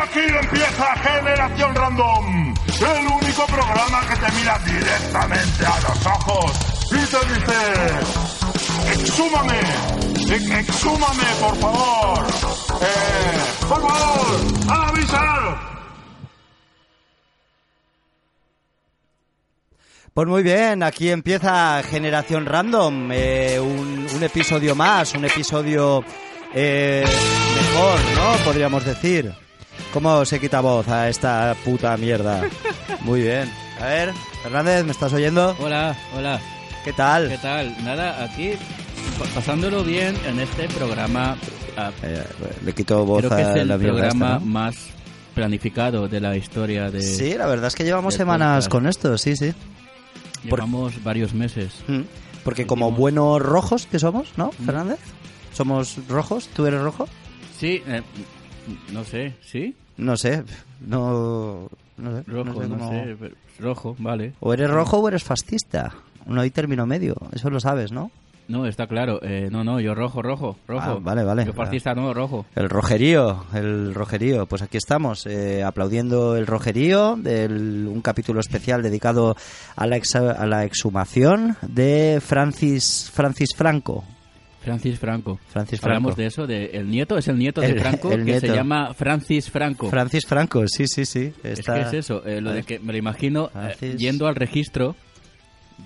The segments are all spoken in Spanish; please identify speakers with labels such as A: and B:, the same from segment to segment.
A: aquí empieza Generación Random, el único programa que te mira directamente a los ojos y te dice, exhúmame, ex- exhúmame, por favor, eh, por favor, avisar.
B: Pues muy bien, aquí empieza Generación Random, eh, un, un episodio más, un episodio eh, mejor, ¿no? Podríamos decir. ¿Cómo se quita voz a esta puta mierda? Muy bien. A ver, Hernández, ¿me estás oyendo?
C: Hola, hola.
B: ¿Qué tal?
C: ¿Qué tal? Nada, aquí pa- pasándolo bien en este programa. ah,
B: Eh, le quito voz
C: creo que
B: a
C: es el
B: la mierda.
C: programa
B: esta, ¿no?
C: más planificado de la historia de.
B: Sí, la verdad es que llevamos
C: de
B: semanas
C: podcast.
B: con esto, sí, sí. por-
C: Llevamos varios meses.
B: Mm. Porque como
C: Hicimos-
B: buenos rojos que somos, ¿no,
C: Mm.
B: Fernández? ¿Somos rojos? ¿Tú eres rojo?
C: Sí, eh, no sé, ¿sí?
B: No sé, no, no sé.
C: Rojo, no sé,
B: cómo-
C: pero- rojo, vale.
B: O eres rojo o eres fascista. No hay término medio, eso lo sabes, ¿no?
C: No, está claro. eh, no, no, yo rojo, rojo, rojo.
B: Ah, vale, vale.
C: Yo fascista no, rojo.
B: El rojerío, el rojerío. Pues aquí estamos, eh, aplaudiendo el rojerío, el- un capítulo especial dedicado a la, exa- a la exhumación de Francis, Francis Franco.
C: Francis Franco.
B: Francis
C: Hablamos
B: Franco.
C: de eso, de el nieto, es el nieto de
B: El-
C: Franco,
B: el
C: que
B: nieto.
C: se llama Francis Franco.
B: Francis Franco, sí, sí, sí. Está-
C: Oh. Es que es eso, eh, lo
B: Vale.
C: de que me lo imagino eh,
B: Francis-
C: yendo al registro,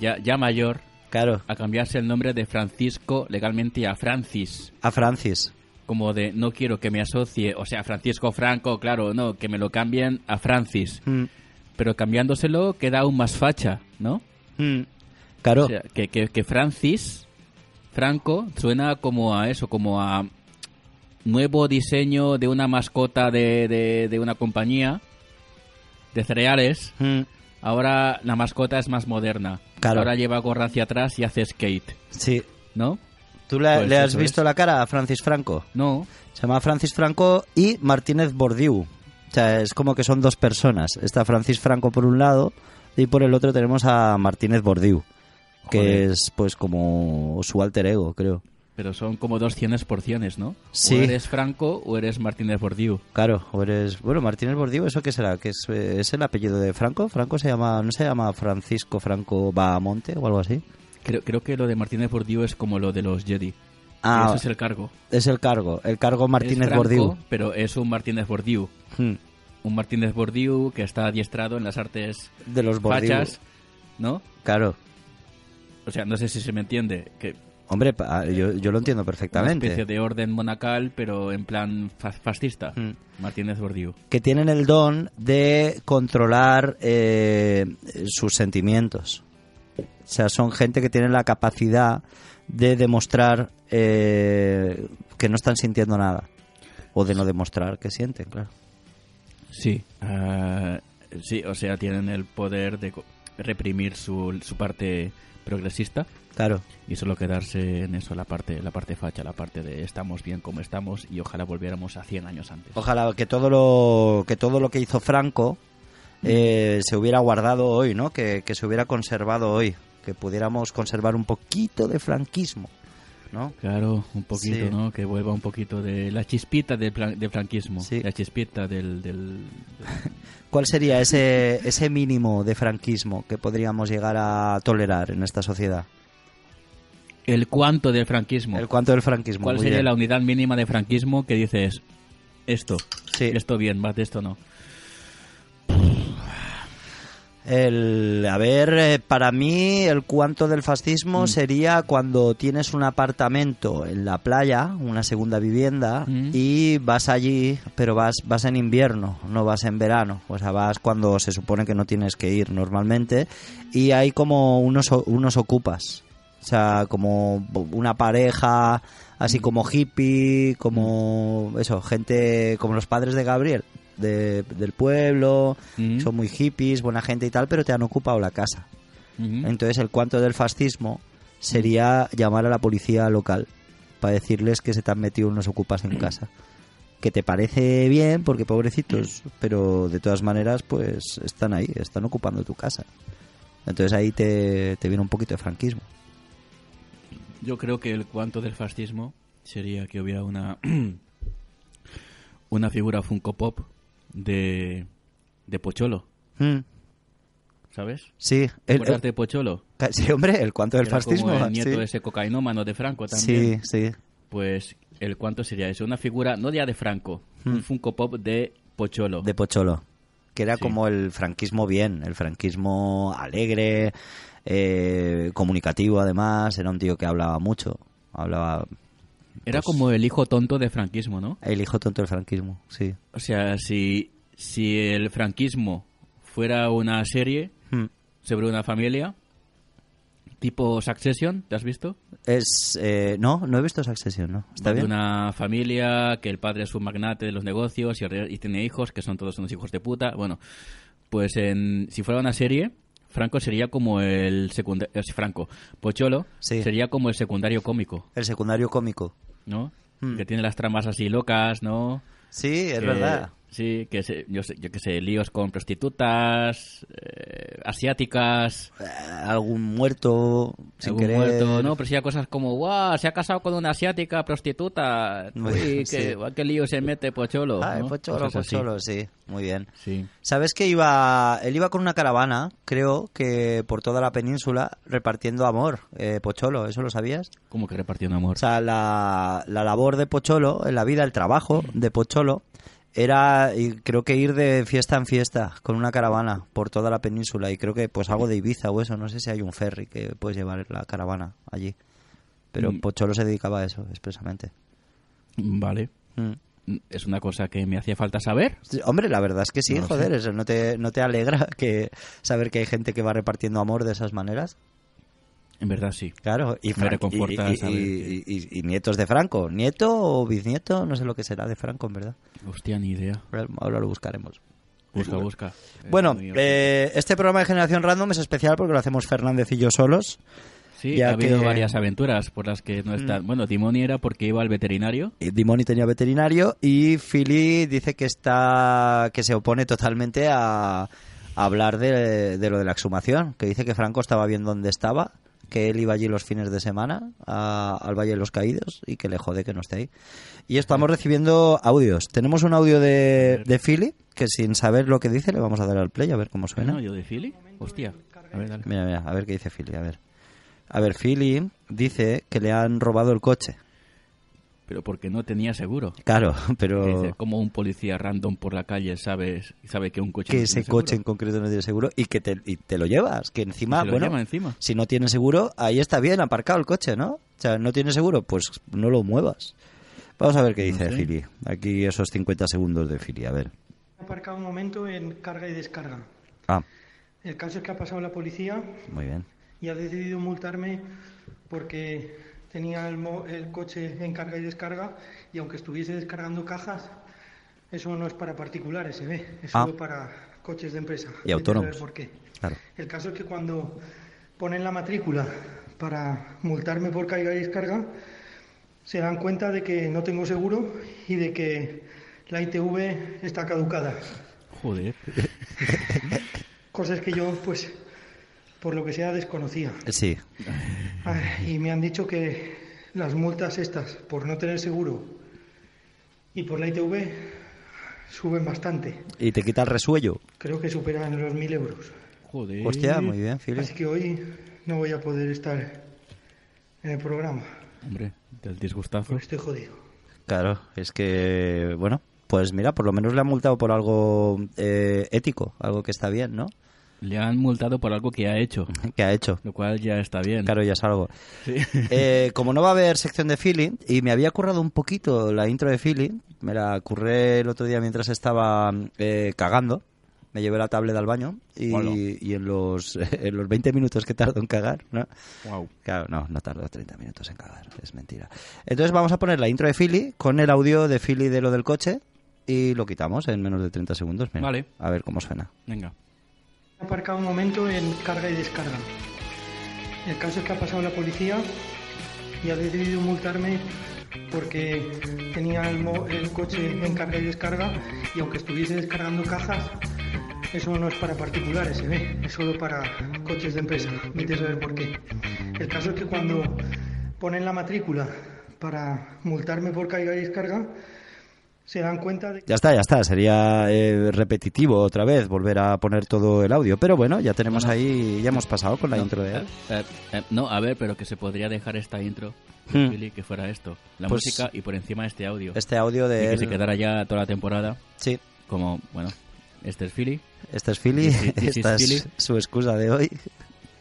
C: ya, ya mayor,
B: Claro,
C: a cambiarse el nombre de Francisco legalmente a Francis.
B: a Francis.
C: Como de no quiero que me asocie, o sea, Francisco Franco, claro, no, que me lo cambien a Francis.
B: Mm,
C: Pero cambiándoselo queda aún más facha, ¿no?
B: mm. Claro,
C: O sea, que, que, que Francis Franco suena como a eso, como a nuevo diseño de una mascota de, de, de una compañía de cereales.
B: Mm,
C: Ahora la mascota es más moderna.
B: Claro.
C: Ahora lleva gorra hacia atrás y hace skate,
B: sí.
C: ¿no?
B: ¿Tú le,
C: Pues
B: le has
C: eso
B: visto
C: es.
B: la cara a Francis Franco?
C: No.
B: Se llama Francis Franco y Martínez Bordiú. O sea, es como que son dos personas. Está Francis Franco por un lado y por el otro tenemos a Martínez Bordiú, que
C: Joder.
B: es pues como su alter ego, creo.
C: Pero son como dos cienes por cienes, ¿no?
B: Sí.
C: O eres Franco o eres Martínez Bordiú.
B: Claro, o eres... Bueno, Martínez Bordiú, ¿eso qué será? ¿Que es, eh, es el apellido de Franco? ¿Franco se llama... no se llama Francisco Franco Bahamonte o algo así?
C: Creo, creo que lo de Martínez Bordiú es como lo de los Jedi.
B: Ah,
C: Ese
B: es
C: es
B: el...
C: el cargo.
B: cargo, el cargo
C: Es
B: Martínez
C: Franco,
B: Bordiú.
C: Pero es un Martínez Bordiú.
B: Hmm,
C: Un Martínez Bordiú que está adiestrado en las artes
B: De los Bordiú.
C: fachas, ¿no?
B: Claro.
C: O sea, no sé si se me entiende. Que
B: Hombre, pa- yo, yo lo entiendo
C: una
B: perfectamente.
C: especie de orden monacal, pero en plan fa- fascista.
B: Mm.
C: Martínez Bordiú.
B: que tienen el don de controlar eh, sus sentimientos. O sea, son gente que tiene la capacidad de demostrar eh, que no están sintiendo nada. O de no demostrar que sienten, claro.
C: Sí. Ah, sí, o sea, tienen el poder de co- reprimir su, su parte progresista
B: Claro.
C: y solo quedarse en eso, la parte, la parte facha, la parte de estamos bien como estamos y ojalá volviéramos a 100 años antes.
B: Ojalá que todo lo que, todo lo que hizo Franco eh, se hubiera guardado hoy, ¿no? Que, que se hubiera conservado hoy. Que pudiéramos conservar un poquito de franquismo, ¿no?
C: Claro, un poquito,
B: Sí.
C: ¿no? Que vuelva un poquito de la chispita del, plan- del franquismo,
B: Sí.
C: la chispita del... del-
B: ¿Cuál sería ese, ese mínimo de franquismo que podríamos llegar a tolerar en esta sociedad?
C: el cuánto del franquismo.
B: ¿El cuánto del franquismo?
C: ¿Cuál
B: Muy
C: sería
B: bien.
C: la unidad mínima de franquismo que dices esto?
B: Sí.
C: Esto bien, más de esto no.
B: El, a ver, eh, para mí el cuánto del fascismo sería cuando tienes un apartamento en la playa, una segunda vivienda,
C: Mm.
B: y vas allí, pero vas, vas en invierno, no vas en verano. O sea, vas cuando se supone que no tienes que ir normalmente, y hay como unos, o- unos ocupas. O sea, como una pareja, así como hippie, como eso, gente como los padres de Gabriel, de- del pueblo,
C: Mm.
B: son muy hippies, buena gente y tal, pero te han ocupado la casa.
C: Ujú.
B: Entonces el cuanto del fascismo sería llamar a la policía local para decirles que se te han metido unos ocupas en casa. Que te parece bien, porque pobrecitos, pero de todas maneras, pues están ahí, están ocupando tu casa. Entonces ahí te, te viene un poquito de franquismo.
C: Yo creo que el cuánto del fascismo sería que hubiera una una figura Funko Pop de, de Pocholo,
B: Mm,
C: ¿sabes?
B: sí,
C: ¿Te
B: el,
C: acuerdas
B: el-
C: de Pocholo?
B: ca- sí, hombre, el cuanto del
C: Era como
B: fascismo.
C: el nieto
B: sí.
C: de ese cocainómano de Franco también.
B: sí, sí.
C: Pues, ¿el cuánto sería eso? Una figura, no ya de Franco, un Funko Pop de Pocholo.
B: Hmm. de Pocholo, que era como el franquismo bien, el franquismo alegre, eh, comunicativo además, era un tío que hablaba mucho, hablaba
C: Era como el hijo tonto de franquismo, ¿no?
B: el hijo tonto del franquismo, sí.
C: O sea, si, si el franquismo fuera una serie
B: Hmm.
C: sobre una familia, tipo Succession, ¿te has visto?
B: Es, eh, no, no he visto esa accesión, ¿no? ¿Está
C: Va de
B: bien?
C: Una familia que el padre es un magnate de los negocios y, re- y tiene hijos que son todos unos hijos de puta. Bueno, pues en, si fuera una serie, Franco sería como el secundario. eh, Franco, Pocholo
B: Sí.
C: sería como el secundario cómico,
B: El secundario cómico.
C: ¿no?
B: Hmm.
C: Que tiene las tramas así locas, ¿no?
B: Sí, es
C: Que-
B: verdad.
C: Sí, que se- yo, sé- yo que sé, líos con prostitutas, eh, asiáticas,
B: Eh, Algún muerto, sin
C: algún
B: querer.
C: muerto, ¿no? Pero sí, hay cosas como, guau, se ha casado con una asiática prostituta.
B: Muy
C: Uy,
B: bien,
C: qué,
B: sí.
C: guau, qué lío se mete Pocholo.
B: Ah,
C: ¿no?
B: Pocholo,
C: Cosas así.
B: Pocholo, sí, muy bien.
C: Sí.
B: ¿Sabes que iba, él iba con una caravana, creo que por toda la península, repartiendo amor, eh, Pocholo, ¿eso lo sabías?
C: ¿Cómo que repartiendo amor?
B: O sea, la, la labor de Pocholo, en la vida, el trabajo de Pocholo, era, y creo que ir de fiesta en fiesta con una caravana por toda la península, y creo que pues algo de Ibiza o eso, no sé si hay un ferry que puedes llevar la caravana allí. Pero
C: Mm.
B: Pocholo se dedicaba a eso, expresamente.
C: Vale.
B: Mm.
C: Es una cosa que me hacía falta saber.
B: Sí, Hombre, la verdad es que sí,
C: No lo
B: joder, eso no te, no te alegra que saber que hay gente que va repartiendo amor de esas maneras.
C: En verdad, sí.
B: Claro, y,
C: Me
B: Fran-
C: reconforta
B: y- y-
C: saber
B: y- y- y nietos de Franco, nieto o bisnieto, no sé lo que será de Franco, en verdad.
C: Hostia, ni idea.
B: Ahora- Ahora lo buscaremos.
C: Busca, busca. Eh,
B: Bueno,
C: muy-
B: eh, este programa de Generación Random es especial porque lo hacemos Fernández y yo solos.
C: sí,
B: ya
C: ha habido
B: que- Mm.
C: varias aventuras por las que no están. Bueno, Timoni era porque iba al veterinario.
B: Y Eh, Dimoni tenía veterinario y Philly dice que está que se opone totalmente a, a hablar de, de lo de la exhumación, que dice que Franco estaba bien donde estaba, que él iba allí los fines de semana a- al Valle de los Caídos y que le jode que no esté ahí. Y estamos recibiendo audios. Tenemos un audio de, de Philly que sin saber lo que dice le vamos a dar al play a ver cómo suena.
C: No, yo de Philly. Hostia. A ver, dale.
B: Mira, mira, a ver qué dice Philly, a ver. A ver, Philly dice que le han robado el coche.
C: Pero porque no tenía seguro.
B: Claro,
C: Que dice,
B: pero
C: como un policía random por la calle sabe, sabe que un coche
B: que
C: no
B: ese
C: tiene seguro?
B: coche en concreto no tiene seguro y que te, y te lo llevas, que encima,
C: Se lo
B: bueno,
C: llama encima.
B: si no tiene seguro, ahí está bien aparcado el coche, ¿no? O sea, no tiene seguro, pues no lo muevas. Vamos a ver qué dice
C: sé.
B: Philly. Aquí esos 50 segundos de Philly, a ver.
D: aparcado un momento en carga y descarga.
B: Ah,
D: El caso es que ha pasado la policía
B: muy bien.
D: y ha decidido multarme porque tenía el, mo- el coche en carga y descarga y aunque estuviese descargando cajas, eso no es para particulares, se ve, es
B: Ah.
D: solo para coches de empresa. Vete a
B: Y autónomos.
D: saber por qué.
B: Claro.
D: El caso es que cuando ponen la matrícula para multarme por carga y descarga, se dan cuenta de que no tengo seguro y de que la ITV está caducada.
C: Joder.
D: Cosas que yo, pues, por lo que sea, desconocía.
B: Sí,
D: Ah, Y me han dicho que las multas estas, por no tener seguro y por la ITV, suben bastante.
B: y te quita el resuello.
D: Creo que superan los mil euros.
C: Joder.
B: Hostia, muy bien, Philly.
D: Así que hoy no voy a poder estar en el programa,
C: Hombre, del disgustazo.
D: porque estoy jodido.
B: Claro, es que, bueno, pues mira, por lo menos le han multado por algo eh, ético, algo que está bien, ¿no?
C: Le han multado por algo que ha hecho,
B: Que ha hecho.
C: lo cual ya está bien.
B: Claro, ya es algo. Eh, como no va a haber sección de Philly, y me había currado un poquito la intro de Philly, me la curré el otro día mientras estaba eh, cagando, me llevé la tablet al baño y,
C: Hola.
B: y en, los, en los 20 minutos que tardo en cagar, ¿no?
C: Wow.
B: Claro, no, no tardo 30 minutos en cagar, es mentira. Entonces vamos a poner la intro de Philly con el audio de Philly de lo del coche y lo quitamos en menos de 30 segundos. Mira,
C: Vale.
B: A ver cómo suena.
C: Venga.
D: He aparcado un momento en carga y descarga. El caso es que ha pasado la policía y ha decidido multarme porque tenía el, mo- el coche en carga y descarga y aunque estuviese descargando cajas, eso no es para particulares, se ve, es solo para coches de empresa. Vete a saber por qué. El caso es que cuando ponen la matrícula para multarme por carga y descarga, se dan cuenta de que...
B: Ya está, ya está. Sería eh, repetitivo otra vez volver a poner todo el audio. Pero bueno, ya tenemos
C: Bueno.
B: ahí, ya hemos pasado con la
C: No,
B: intro de
C: eh,
B: él.
C: eh, eh, no, a ver, pero que se podría dejar esta intro,
B: Hmm.
C: Billy, que fuera esto. La
B: Pues-
C: música y por encima este audio.
B: Este audio
C: y
B: de
C: que se
B: él-
C: quedara ya toda la temporada
B: Sí,
C: como, bueno, este es Philly,
B: este es Philly.
C: This is- this
B: Esta
C: is
B: es
C: Philly.
B: su excusa de hoy.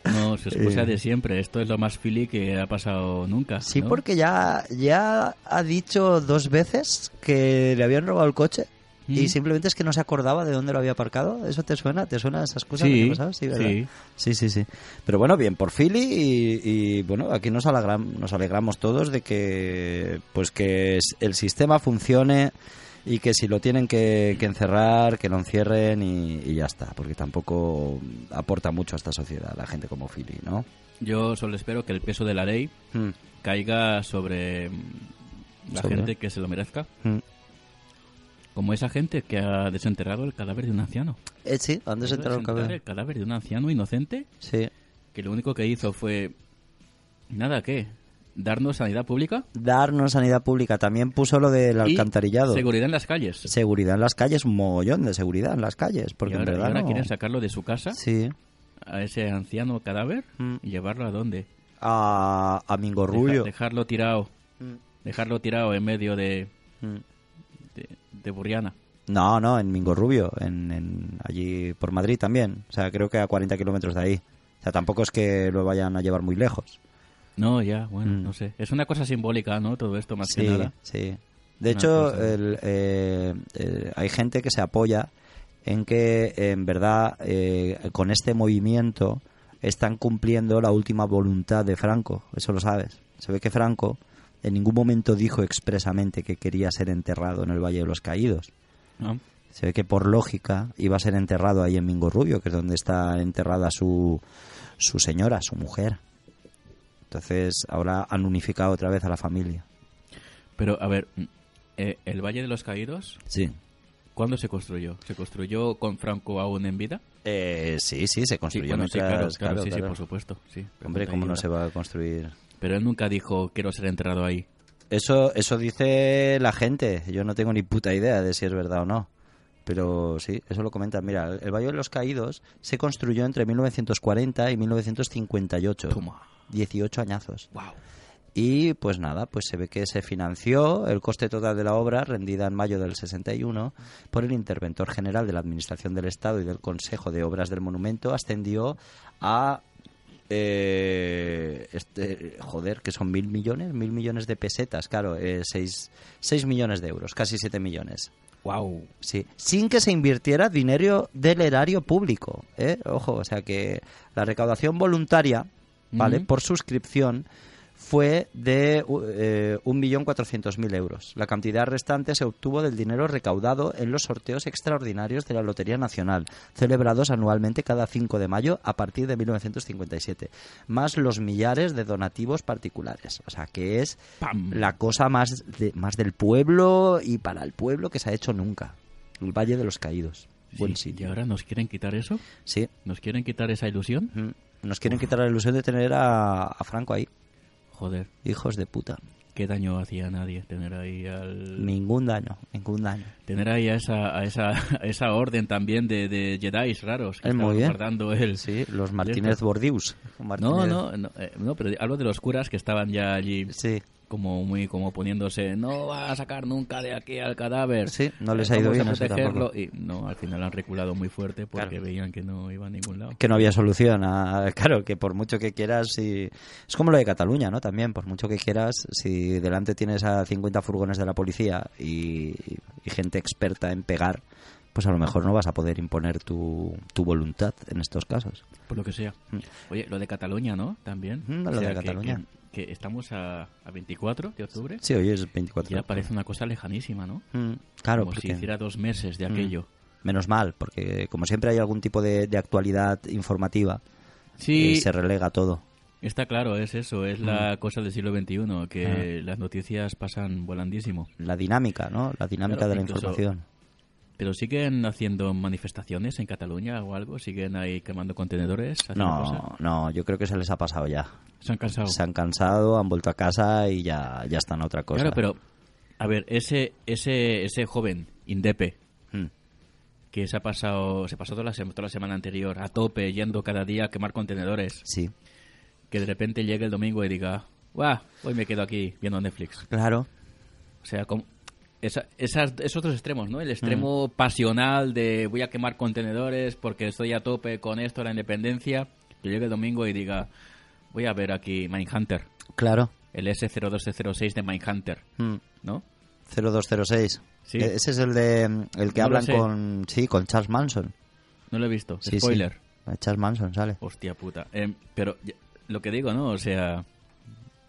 C: no su excusa
B: Eh.
C: de siempre. Esto es lo más Philly que ha pasado nunca.
B: Sí,
C: ¿no?
B: porque ya, ya ha dicho dos veces que le habían robado el coche. Y
C: Mm.
B: simplemente es que no se acordaba de dónde lo había aparcado. ¿Eso te suena? ¿Te suena esa excusa? que
C: Sí,
B: te pasaba? sí, ¿verdad?
C: sí.
B: Sí, sí, sí. Pero bueno, bien, por Philly y, y, bueno, aquí nos, alegram- nos alegramos todos de que pues que s- el sistema funcione y que si lo tienen que, que encerrar, que lo encierren y, y ya está, porque tampoco aporta mucho a esta sociedad la gente como Philly, ¿no?
C: Yo solo espero que el peso de la ley
B: Mm,
C: caiga sobre mm, la
B: Sobre.
C: gente que se lo merezca.
B: mm.
C: Como esa gente que ha desenterrado el cadáver de un anciano.
B: Eh, sí, ¿dónde se enteró el
C: Desenterrar
B: cabello?
C: el cadáver de un anciano inocente
B: Sí.
C: que lo único que hizo fue... Nada, ¿qué? ¿Darnos sanidad pública?
B: Darnos sanidad pública. También puso lo del
C: y
B: alcantarillado.
C: Seguridad en las calles.
B: seguridad en las calles, un mogollón de seguridad en las calles, porque
C: y ahora,
B: en
C: y
B: verdad
C: ahora
B: no-
C: quieren sacarlo de su casa,
B: Sí.
C: a ese anciano cadáver,
B: Mm.
C: y llevarlo a dónde?
B: A, a Mingorrullo.
C: Deja- dejarlo tirado. Dejarlo tirado en medio de,
B: Mm.
C: de, de Burriana.
B: No, no, en Mingorrubio, en, en- allí por Madrid también. O sea, creo que a 40 kilómetros de ahí. O sea, tampoco es que lo vayan a llevar muy lejos.
C: No, ya, bueno,
B: Mm.
C: no sé. Es una cosa simbólica, ¿no? Todo esto más
B: Sí,
C: que nada.
B: sí. De
C: Una
B: hecho,
C: cosa.
B: el, eh, eh, hay gente que se apoya en que, en verdad, eh, con este movimiento están cumpliendo la última voluntad de Franco. Eso lo sabes. Se ve que Franco en ningún momento dijo expresamente que quería ser enterrado en el Valle de los Caídos.
C: ¿no?
B: Se ve que por lógica iba a ser enterrado ahí en Mingorrubio, que es donde está enterrada su, su señora, su mujer. Entonces ahora han unificado otra vez a la familia.
C: Pero, a ver, mm, eh, el Valle de los Caídos,
B: Sí.
C: ¿cuándo se construyó? ¿Se construyó con Franco aún en vida?
B: Eh, sí, sí, se
C: Sí,
B: construyó
C: bueno, sí,
B: mientras-
C: claro, claro, sí, sí,
B: claro.
C: por supuesto. Sí,
B: Hombre,
C: Pregunta
B: ¿cómo no
C: idiota.
B: se va a construir?
C: Pero él nunca dijo, quiero ser enterrado ahí.
B: Eso, eso dice la gente. Yo no tengo ni puta idea de si es verdad o no. Pero sí, eso lo comentan. Mira, el Valle de los Caídos se construyó entre 1940 y 1958.
C: Toma.
B: 18 añazos.
C: Wow.
B: Y pues nada, pues se ve que se financió el coste total de la obra, rendida en mayo del 61, por el interventor general de la Administración del Estado y del Consejo de Obras del Monumento, ascendió a. eh, este, joder, que son mil millones, mil millones de pesetas, claro, eh, seis, seis millones de euros, casi siete millones.
C: Wow.
B: Sí, sin que se invirtiera dinero del erario público. ¿eh? Ojo, o sea que la recaudación voluntaria, ¿vale?
C: Ujú.
B: Por suscripción fue de u- eh, 1.400.000 euros. La cantidad restante se obtuvo del dinero recaudado en los sorteos extraordinarios de la Lotería Nacional, celebrados anualmente cada 5 de mayo a partir de 1957, más los millares de donativos particulares. O sea que es
C: Pam.
B: la cosa más, de- más del pueblo y para el pueblo que se ha hecho nunca. El Valle de los Caídos.
C: Sí,
B: Buen
C: ¿Y
B: sitio.
C: ahora nos quieren quitar eso?
B: Sí.
C: ¿Nos quieren quitar esa ilusión?
B: Mm. Nos quieren quitar la ilusión de tener a, a Franco ahí.
C: Joder,
B: Hijos de puta.
C: qué daño hacía a nadie tener ahí al...
B: Ningún daño, ningún daño.
C: Tener ahí a esa, a esa, a esa orden también de, de jedis raros que
B: Eh, muy
C: estaban
B: bien.
C: guardando el...
B: Sí, los Martínez Bordius.
C: No,
B: Martínez-
C: no, no, eh, no, pero hablo de los curas que estaban ya allí
B: Sí,
C: como muy como poniéndose no va a sacar nunca de aquí al cadáver
B: Sí, no
C: Eh,
B: les ha ido
C: vamos a
B: bien eso
C: protegerlo.
B: tampoco.
C: y no al final han reculado muy fuerte porque
B: Claro.
C: veían que no iba a ningún lado
B: que no había solución. a- claro, que por mucho que quieras, si... es como lo de Cataluña, ¿no? También, por mucho que quieras, si delante tienes a 50 furgones de la policía y, y gente experta en pegar, pues a lo mejor no vas a poder imponer tu, tu voluntad en estos casos.
C: por lo que sea oye lo de Cataluña no también
B: Mm, lo de
C: que-
B: Cataluña.
C: que, que estamos a, a 24 de octubre
B: Sí, hoy es 24.
C: ya parece una cosa lejanísima no
B: Mm, claro,
C: como si
B: porque- Mm.
C: hiciera dos meses de aquello
B: menos mal, porque como siempre hay algún tipo de, de actualidad informativa,
C: sí
B: eh, se Mm. relega todo.
C: está claro es eso es la cosa del siglo XXI que las noticias pasan volandísimo
B: La dinámica, ¿no? La dinámica
C: Claro,
B: de la
C: incluso-
B: información.
C: ¿Pero siguen haciendo manifestaciones en Cataluña o algo? ¿Siguen ahí quemando contenedores? haciendo cosas?
B: No, no, yo creo que se les ha pasado ya.
C: Se han cansado.
B: Se han cansado, han vuelto a casa y ya, ya están a otra cosa.
C: Claro, pero A ver, ese, ese, ese joven, Indepe,
B: Mm.
C: que se ha pasado, se pasó toda la, sem- toda la semana anterior a tope, yendo cada día a quemar contenedores,
B: Sí,
C: que de repente llegue el domingo y diga, ¡guau! Hoy me quedo aquí viendo Netflix.
B: claro.
C: O sea, como, esa- esas, esos dos extremos, ¿no? El
B: Mm.
C: extremo pasional de voy a quemar contenedores porque estoy a tope con esto, la independencia, que llegue el domingo y diga, voy a ver aquí Mindhunter,
B: Claro.
C: el S0206 de Mindhunter,
B: Mm.
C: ¿no?
B: 0206.
C: Sí.
B: E- Ese es el de mm, el que
C: No lo
B: hablan
C: sé.
B: con sí, con Charles Manson.
C: No lo he visto.
B: Sí, sí.
C: Spoiler.
B: Charles Manson sale.
C: Hostia puta. Em, pero ya- lo que digo, ¿no? O sea,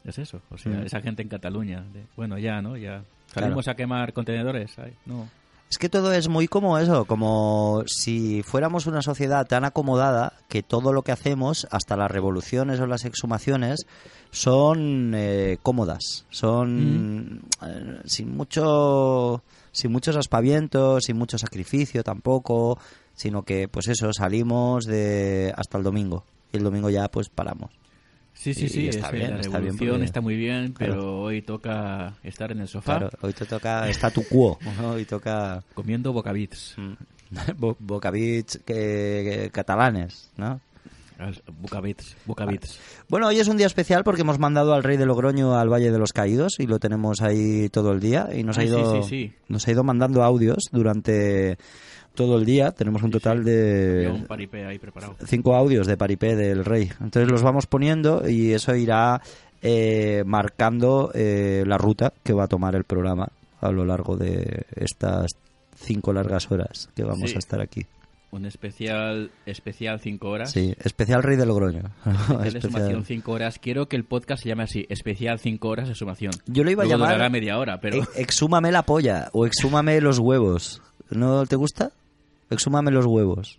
C: es eso. O sea,
B: Mm.
C: esa gente en Cataluña. de, bueno, ya, ¿no? Ya.
B: Claro.
C: Salimos a quemar contenedores. Ay, no.
B: Es que todo es muy como eso, como si fuéramos una sociedad tan acomodada que todo lo que hacemos, hasta las revoluciones o las exhumaciones, son eh, cómodas, son eh, sin mucho, sin muchos aspavientos, sin mucho sacrificio tampoco, sino que pues eso salimos de hasta el domingo y el domingo ya pues paramos.
C: Sí, sí,
B: Y-
C: sí.
B: y está
C: es, eh,
B: bien,
C: la
B: está bien,
C: revolución
B: porque-
C: está muy bien, pero
B: Claro.
C: hoy toca estar en el sofá
B: Claro, hoy te toca statu quo, ¿no? hoy toca
C: comiendo
B: Mm.
C: bocabits.
B: bo- bocabits que- que- catalanes, ¿no?
C: Ah, Bocabits, bocabits.
B: Bueno, hoy es un día especial porque hemos mandado al rey de Logroño al Valle de los Caídos y lo tenemos ahí todo el día y nos
C: Ay,
B: ha ido
C: Ah, sí, sí, sí.
B: nos ha ido mandando audios durante todo el día. Tenemos un total
C: Había un
B: de
C: paripé ahí preparado.
B: cinco audios de paripé del rey. Entonces los vamos poniendo y eso irá eh, marcando eh, la ruta que va a tomar el programa a lo largo de estas cinco largas horas que vamos
C: Sí.
B: a estar aquí.
C: Un especial, especial 5 horas.
B: Sí, especial rey de Logroño.
C: Especial de
B: Especial.
C: sumación 5 horas. Quiero que el podcast se llame así, especial 5 horas de sumación.
B: Yo lo iba a
C: Luego
B: llamar-
C: durará media hora, pero...
B: E- exhúmame la polla o exhúmame los huevos. ¿No te gusta? Exhúmame los huevos.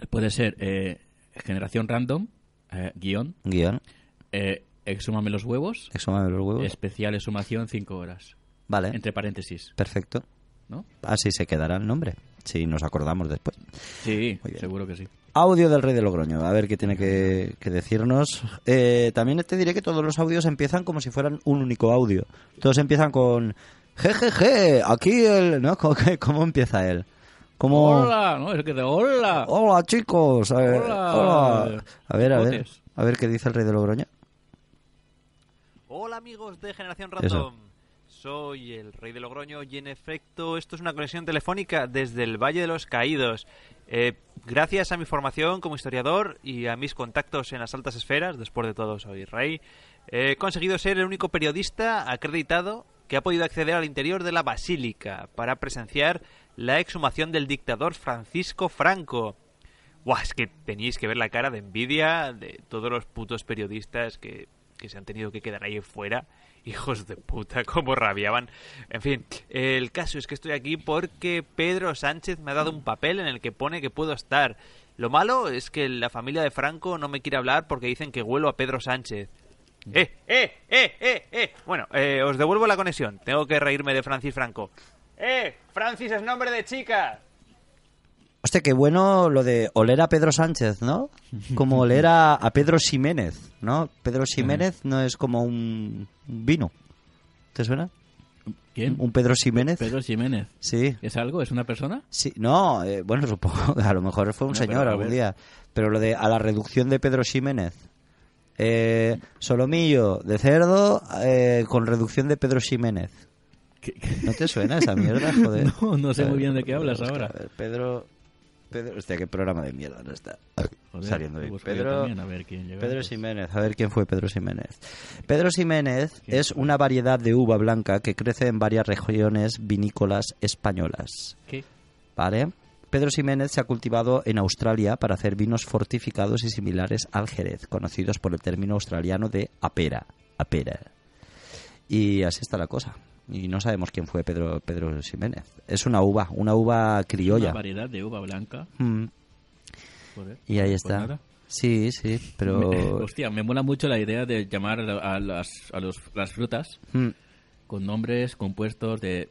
C: Puede ser eh, generación random, eh, guión,
B: Guión.
C: eh, exhúmame los huevos,
B: Exhúmame los huevos. ¿Eh?
C: especial exhumación 5 horas.
B: Vale.
C: Entre paréntesis,
B: Perfecto.
C: ¿no?
B: Así se quedará el nombre. Si nos acordamos después.
C: Sí,
B: Muy bien.
C: seguro que sí.
B: Audio del Rey de Logroño. A ver qué tiene que, que decirnos. Eh, también te diré que todos los audios empiezan como si fueran un único audio. Todos empiezan con. Jejeje, aquí el. ¿no? ¿Cómo, que- cómo empieza él? ¿Cómo,
C: ¡Hola! ¿no? Es que de hola.
B: Hola chicos. eh,
C: Hola.
B: hola. A ver, a ver.
C: Botes.
B: A ver qué dice el Rey de Logroño.
E: Hola amigos de Generación
B: Eso.
E: Random. Soy el Rey de Logroño y en efecto esto es una conexión telefónica desde el Valle de los Caídos. Eh, gracias a mi formación como historiador y a mis contactos en las altas esferas, después de todo soy rey, he conseguido ser el único periodista acreditado que ha podido acceder al interior de la basílica para presenciar la exhumación del dictador Francisco Franco. Buah, es que teníais que ver la cara de envidia de todos los putos periodistas que, que se han tenido que quedar ahí fuera. Hijos de puta, cómo rabiaban. En fin, el caso es que estoy aquí porque Pedro Sánchez me ha dado un papel en el que pone que puedo estar. Lo malo es que la familia de Franco no me quiere hablar porque dicen que huelo a Pedro Sánchez. ¡Eh, eh, eh, eh, eh! Bueno, eh, os devuelvo la conexión. Tengo que reírme de Francis Franco. ¡Eh! ¡Francis es nombre de chica!
B: Hostia, qué bueno lo de oler a Pedro Sánchez, ¿no? Como oler a, a Pedro Ximénez, ¿no? Pedro Ximénez no es como un vino. ¿Te suena?
C: ¿Quién?
B: ¿Un Pedro Ximénez?
C: ¿Eh? Pedro Jiménez.
B: Sí.
C: ¿Es algo? ¿Es una persona?
B: Sí, no, eh, bueno, supongo, a lo mejor fue un
C: No, pero
B: señor
C: a
B: algún
C: ver.
B: día. Pero lo de a la reducción de Pedro Ximénez. Eh, solomillo de cerdo eh, con reducción de Pedro Ximénez.
C: ¿Qué- qué?
B: ¿No te suena esa mierda, joder?
C: No, no sé muy bien de qué
B: Pedro,
C: hablas
B: hostia,
C: ahora.
B: a ver, Pedro, Pedro... Hostia, qué programa de mierda no está
C: Joder,
B: saliendo
C: lo
B: bien.
C: busco yo
B: Pedro,
C: también, a ver quién llega.
B: Pedro
C: Pues,
B: Ximénez, a ver quién fue Pedro Ximénez. Pedro Ximénez es una variedad de uva blanca que crece en varias regiones vinícolas españolas.
C: ¿qué?
B: ¿Vale? Pedro Ximénez se ha cultivado en Australia para hacer vinos fortificados y similares al jerez, conocidos por el término australiano de apera. apera. Y así está la cosa. Y no sabemos quién fue Pedro, Pedro Ximénez. Es una uva, una uva
C: Una
B: criolla.
C: variedad de uva blanca.
B: Mm,
C: Joder.
B: y ahí
C: Pues
B: está.
C: nada.
B: sí, sí, pero...
C: Me- eh, hostia, me mola mucho la idea de llamar a, a las, a los- las frutas
B: Mm,
C: con nombres compuestos de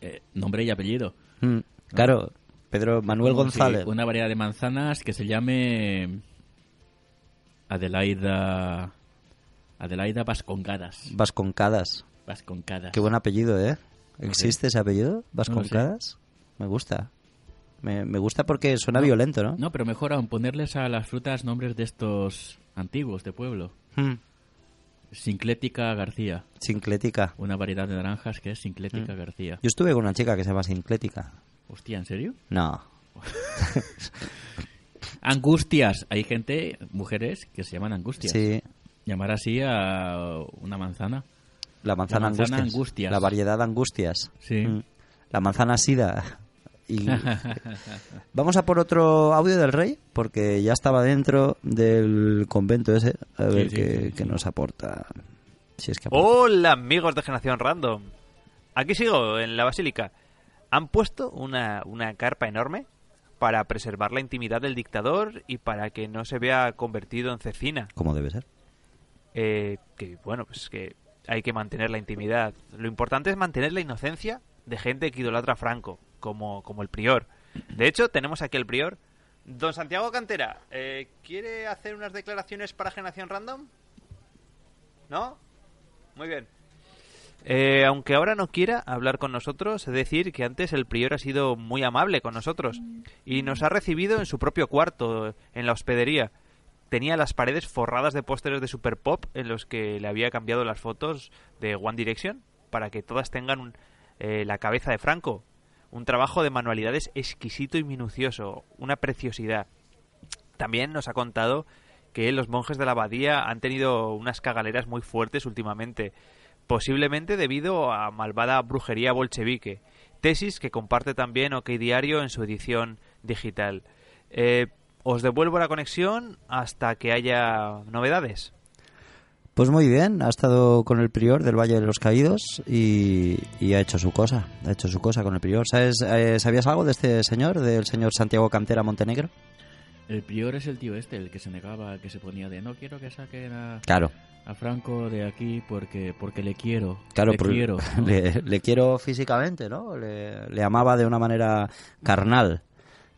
C: eh, nombre y apellido.
B: mm. Claro, Pedro Manuel
C: Como si
B: González.
C: una variedad de manzanas que se llame Adelaida Adelaida Vascongadas.
B: Vasconcadas.
C: Vas con caras.
B: Qué buen apellido, ¿eh? ¿Existe ese apellido?
C: No lo sé.
B: ¿Vasconcadas? Me gusta. Me, me gusta porque suena violento, ¿no?
C: No, pero mejor aún ponerles a las frutas nombres de estos antiguos de pueblo.
B: Hmm.
C: Sinclética García,
B: Sinclética.
C: una variedad de naranjas que es
B: Hmm.
C: Sinclética García.
B: Yo estuve con una chica que se llama Sinclética.
C: Hostia, ¿en serio?
B: No.
C: Angustias. Hay gente, mujeres, que se llaman angustias.
B: Sí.
C: Llamar así a una manzana.
B: La manzana,
C: La manzana
B: angustias.
C: angustias.
B: La variedad angustias.
C: Sí.
B: Mm. La manzana sida. Y... Vamos a por otro audio del rey, porque ya estaba dentro del convento ese, a ver
C: sí,
B: qué,
C: sí, sí. ¡Oh!
B: qué nos aporta. Si es que aporta.
E: Hola amigos de Generación Random. Aquí sigo, en la basílica. Han puesto una, una carpa enorme para preservar la intimidad del dictador y para que no se vea convertido en cecina.
B: Como debe ser.
E: Eh, que bueno, pues que hay que mantener la intimidad. Lo importante es mantener la inocencia de gente que idolatra a Franco, como, como el prior. De hecho, tenemos aquí el prior. Don Santiago Cantera, eh, ¿quiere hacer unas declaraciones para Generación Random? ¿No? Muy bien. Eh, aunque ahora no quiera hablar con nosotros, es decir, que antes el prior ha sido muy amable con nosotros y nos ha recibido en su propio cuarto, en la hospedería. Tenía las paredes forradas de pósteres de Super Pop en los que le había cambiado las fotos de One Direction para que todas tengan un- eh, la cabeza de Franco. Un trabajo de manualidades exquisito y minucioso, una preciosidad. También nos ha contado que los monjes de la abadía han tenido unas cagaleras muy fuertes últimamente, posiblemente debido a malvada brujería bolchevique, tesis que comparte también OK Diario en su edición digital. Eh, os devuelvo la conexión hasta que haya novedades.
B: Pues muy bien, ha estado con el prior del Valle de los Caídos y, y ha hecho su cosa, ha hecho su cosa con el prior. ¿Sabes, eh, ¿Sabías algo de este señor, del señor Santiago Cantera Montenegro?
C: El prior es el tío este, el que se negaba, el que se ponía de no quiero que saquen a,
B: Claro,
C: a Franco de aquí porque porque le quiero.
B: claro,
C: le
B: por-
C: quiero. ¿no?
B: le, le quiero físicamente, ¿no? Le, le amaba de una manera carnal,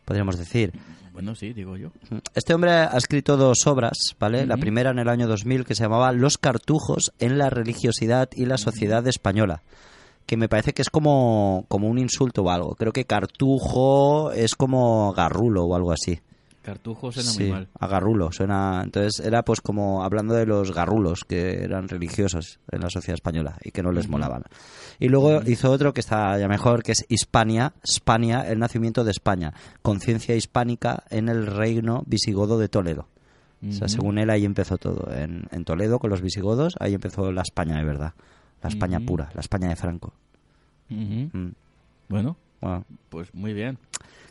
B: podríamos decir.
C: Bueno, sí, digo yo.
B: Este hombre ha escrito dos obras, ¿vale? La
C: Ujú.
B: primera en el año 2000 que se llamaba Los cartujos en la religiosidad y la sociedad española, que me parece que es como, como un insulto o algo. Creo que cartujo es como garrulo o algo así.
C: Cartujos suena
B: Sí,
C: muy mal.
B: a garrulo, suena... Entonces era pues como hablando de los garrulos que eran religiosos en la sociedad española y que no les molaban. Y luego hizo otro que está ya mejor, que es Hispania, Hispania, el nacimiento de España, conciencia hispánica en el reino visigodo de Toledo. O sea, según él ahí empezó todo, en, en Toledo con los visigodos, ahí empezó la España de verdad, la España
C: Ujú.
B: pura, la España de Franco.
C: Ujú.
B: Mm.
C: Bueno,
B: Bueno,
C: pues muy bien.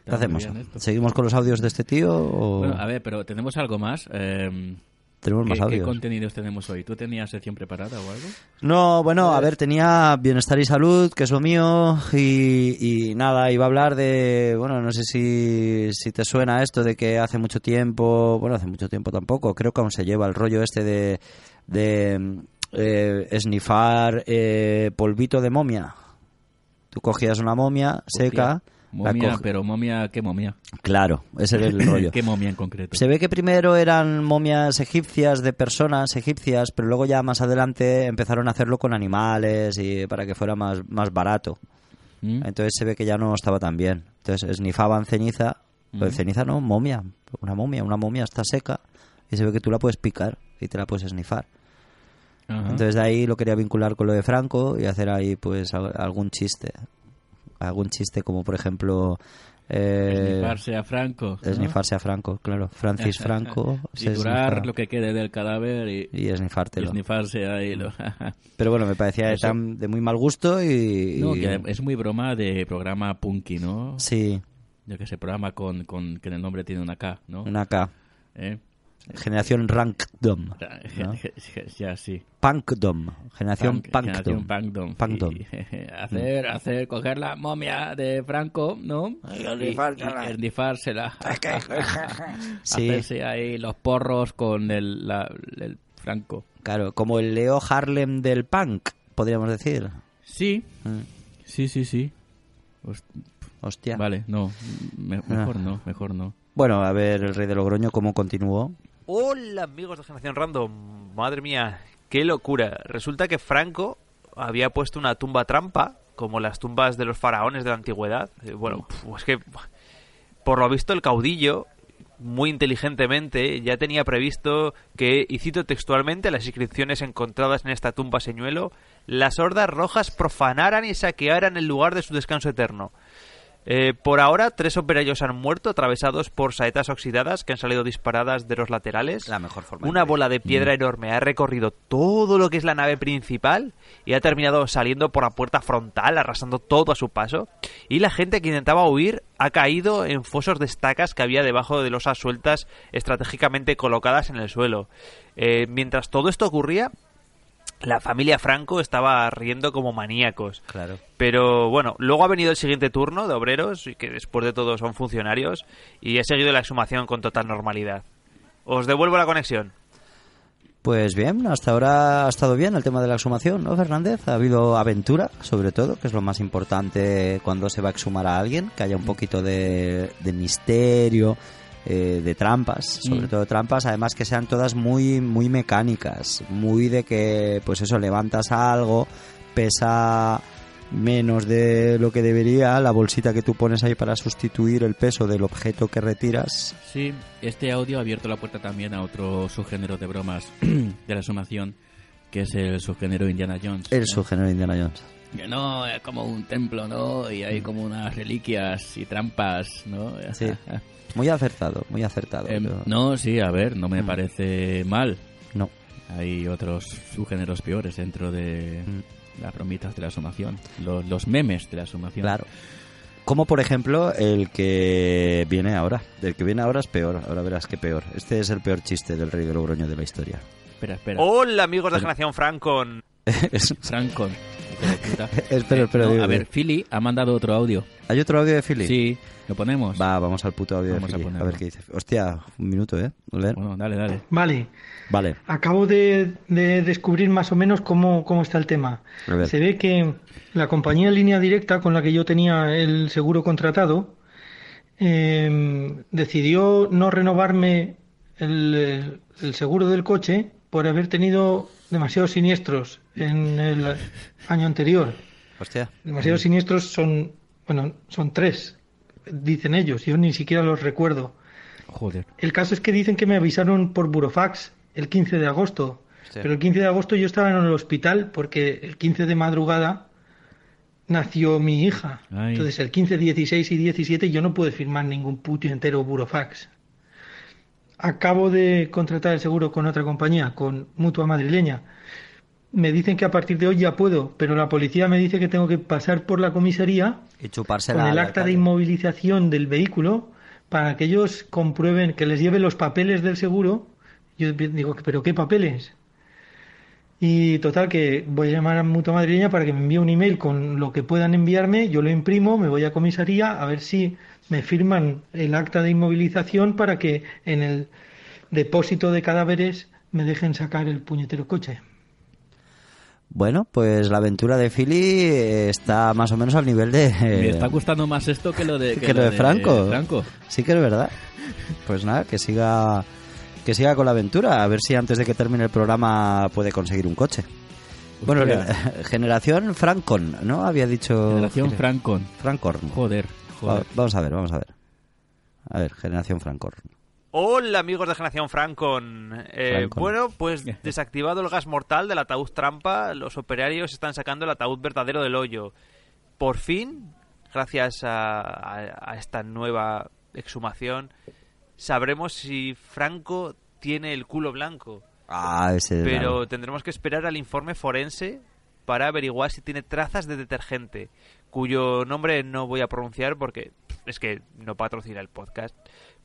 B: ¿qué
C: Está muy
B: hacemos?
C: bien esto.
B: ¿Seguimos con los audios de este tío o
C: Bueno, a ver, pero tenemos algo más. Eh,
B: tenemos
C: ¿qué,
B: más
C: qué
B: audios?
C: contenidos tenemos hoy? ¿Tú tenías sección preparada o algo?
B: No, bueno,
C: Pues
B: a ver, tenía bienestar y salud, que es lo mío, y, y nada, iba a hablar de, bueno, no sé si, si te suena esto de que hace mucho tiempo, bueno, hace mucho tiempo tampoco, creo que aún se lleva el rollo este de, de eh, esnifar eh, polvito de momia. Tú cogías una momia seca, la
C: Momia,
B: cog-
C: pero momia, ¿qué momia?
B: claro, ese era el rollo.
C: ¿Qué momia en concreto?
B: Se ve que primero eran momias egipcias de personas egipcias, pero luego ya más adelante empezaron a hacerlo con animales y para que fuera más, más barato.
C: ¿Mm?
B: Entonces se ve que ya no estaba tan bien. Entonces esnifaban ceniza, pues
C: Mm.
B: ceniza no, momia, una momia, una momia está seca y se ve que tú la puedes picar y te la puedes esnifar.
C: Ajá.
B: Entonces de ahí lo quería vincular con lo de Franco y hacer ahí pues al- algún chiste. Algún chiste como por ejemplo... eh,
C: Esnifarse a Franco. ¿no?
B: Esnifarse a Franco, claro. Francis Franco. se
C: Triturar
B: esnifa
C: lo que quede del cadáver y,
B: Y
C: y
B: esnifártelo.
C: esnifarse ahí. lo-
B: Pero bueno, me parecía de,
C: Eso.
B: tan- de muy mal gusto y...
C: No,
B: y-
C: que es muy broma de programa punky, ¿no?
B: Sí,
C: Yo que sé, programa con, con que en el nombre tiene una K, ¿no?
B: una K.
C: ¿Eh?
B: Generación Rankdom. ¿no?
C: ya, sí.
B: Punkdom. Generación
C: Punk-
B: Punkdom.
C: generación Punkdom.
B: Punkdom.
C: Y-
B: Mm.
C: hacer, hacer, coger la momia de Franco, ¿no? Y
B: rifársela.
C: y- y rifársela. Ah,
B: Sí.
C: Hacerse ahí los porros con el, la- el Franco.
B: Claro, como el Leo Harlem del punk, podríamos decir.
C: Sí,
B: Mm,
C: sí, sí, sí. Host-
B: Hostia.
C: Vale, no,
B: Ah.
C: me- mejor no, mejor no.
B: Bueno, a ver el rey de Logroño cómo continuó.
E: Hola amigos de Generación Random. Madre mía, qué locura. Resulta que Franco había puesto una tumba trampa, como las tumbas de los faraones de la antigüedad. Eh, Bueno, pf, es que por lo visto el caudillo, muy inteligentemente, ya tenía previsto que, y cito textualmente las inscripciones encontradas en esta tumba señuelo, las hordas rojas profanaran y saquearan el lugar de su descanso eterno. Eh, por ahora, tres operarios han muerto atravesados por saetas oxidadas que han salido disparadas de los laterales.
B: La mejor forma de Mm.
E: Una
B: morir.
E: bola de piedra enorme ha recorrido todo lo que es la nave principal y ha terminado saliendo por la puerta frontal, arrasando todo a su paso. Y la gente que intentaba huir ha caído en fosos de estacas que había debajo de losas sueltas estratégicamente colocadas en el suelo. Eh, mientras todo esto ocurría, la familia Franco estaba riendo como maníacos.
B: Claro.
E: Pero bueno, luego ha venido el siguiente turno de obreros, y que después de todo son funcionarios, y he seguido la exhumación con total normalidad. Os devuelvo la conexión.
B: Pues bien, hasta ahora ha estado bien el tema de la exhumación, ¿no, Fernández? Ha habido aventura, sobre todo, que es lo más importante cuando se va a exhumar a alguien, que haya un poquito de, de misterio, eh, de trampas, sobre
C: Mm.
B: todo trampas, además que sean todas muy, muy mecánicas, muy de que, pues eso, levantas algo, pesa menos de lo que debería, la bolsita que tú pones ahí para sustituir el peso del objeto que retiras.
C: Sí, este audio ha abierto la puerta también a otro subgénero de bromas de la sumación, que es el subgénero Indiana Jones.
B: El
C: ¿no?
B: subgénero Indiana Jones.
C: Que No, es como un templo, ¿no? Y hay como unas reliquias y trampas, ¿no?
B: Sí. Muy acertado, muy acertado.
C: Em,
B: pero-
C: no, sí, a ver, no me
B: Mm.
C: parece mal.
B: no.
C: Hay otros subgéneros peores dentro de
B: Mm.
C: las bromitas de la sumación, los, los memes de la sumación.
B: Claro. Como por ejemplo el que viene ahora. El que viene ahora es peor. Ahora verás que peor. Este es el peor chiste del rey de Logroño de la historia.
C: Espera, espera.
E: Hola amigos de Generación Francon.
B: Es-
C: Francon. hijo de puta.
B: Espera, espera,
C: Eh, No,
B: digo,
C: a ver, Philly ha mandado otro audio.
B: ¿Hay otro audio de Philly?
C: Sí, lo ponemos.
B: Va, vamos al puto audio
C: Vamos a
B: de Philly. A,
C: ponerlo.
B: ver qué dice. Hostia, un minuto, ¿eh? A ver.
C: Bueno, dale, dale.
D: Vale,
B: Vale.
D: acabo de, de descubrir más o menos cómo, cómo está el tema.
B: A ver.
D: Se ve que la compañía Línea Directa con la que yo tenía el seguro contratado eh, decidió no renovarme el, el seguro del coche por haber tenido demasiados siniestros en el año anterior.
B: Hostia.
D: Demasiados siniestros son, bueno, son tres, dicen ellos, yo ni siquiera los recuerdo.
C: Joder.
D: El caso es que dicen que me avisaron por burofax el 15 de agosto.
B: Hostia.
D: Pero el 15 de agosto yo estaba en el hospital porque el 15 de madrugada nació mi hija.
C: Ay.
D: Entonces el 15, 16 y 17 yo no pude firmar ningún puto entero burofax. Acabo de contratar el seguro con otra compañía, con Mutua Madrileña. Me dicen que a partir de hoy ya puedo, pero la policía me dice que tengo que pasar por la comisaría
B: Y chuparse
D: con el acta de inmovilización del vehículo para que ellos comprueben que les lleve los papeles del seguro. Yo digo, ¿pero qué papeles? Y total, que voy a llamar a Mutua Madrileña para que me envíe un email con lo que puedan enviarme. Yo lo imprimo, me voy a comisaría a ver si me firman el acta de inmovilización para que en el depósito de cadáveres me dejen sacar el puñetero coche.
B: Bueno, pues la aventura de Philly eh, está más o menos al nivel de.
C: Me está gustando más esto que lo de,
B: que, lo de Franco.
C: Franco.
B: Sí que es verdad. Pues nada, que siga que siga con la aventura, a ver si antes de que termine el programa puede conseguir un coche. Bueno,
C: Hostia.
B: le- generación Francon, ¿no? Había dicho
C: Generación
B: Gene-
C: Francon.
B: Francorn.
C: Joder, joder.
B: Oh, Va- vamos a ver, vamos a ver. A ver, generación Francorn.
E: Hola amigos de Generación Francon. Eh,
B: Francon.
E: Bueno, pues desactivado el gas mortal del ataúd trampa, los operarios están sacando el ataúd verdadero del hoyo. Por fin, gracias a, a- a esta nueva exhumación, sabremos si Franco tiene el culo blanco.
B: Ah, ese de
E: Pero
B: la-
E: tendremos que esperar al informe forense para averiguar si tiene trazas de detergente, cuyo nombre no voy a pronunciar porque pff, es que no patrocina el podcast.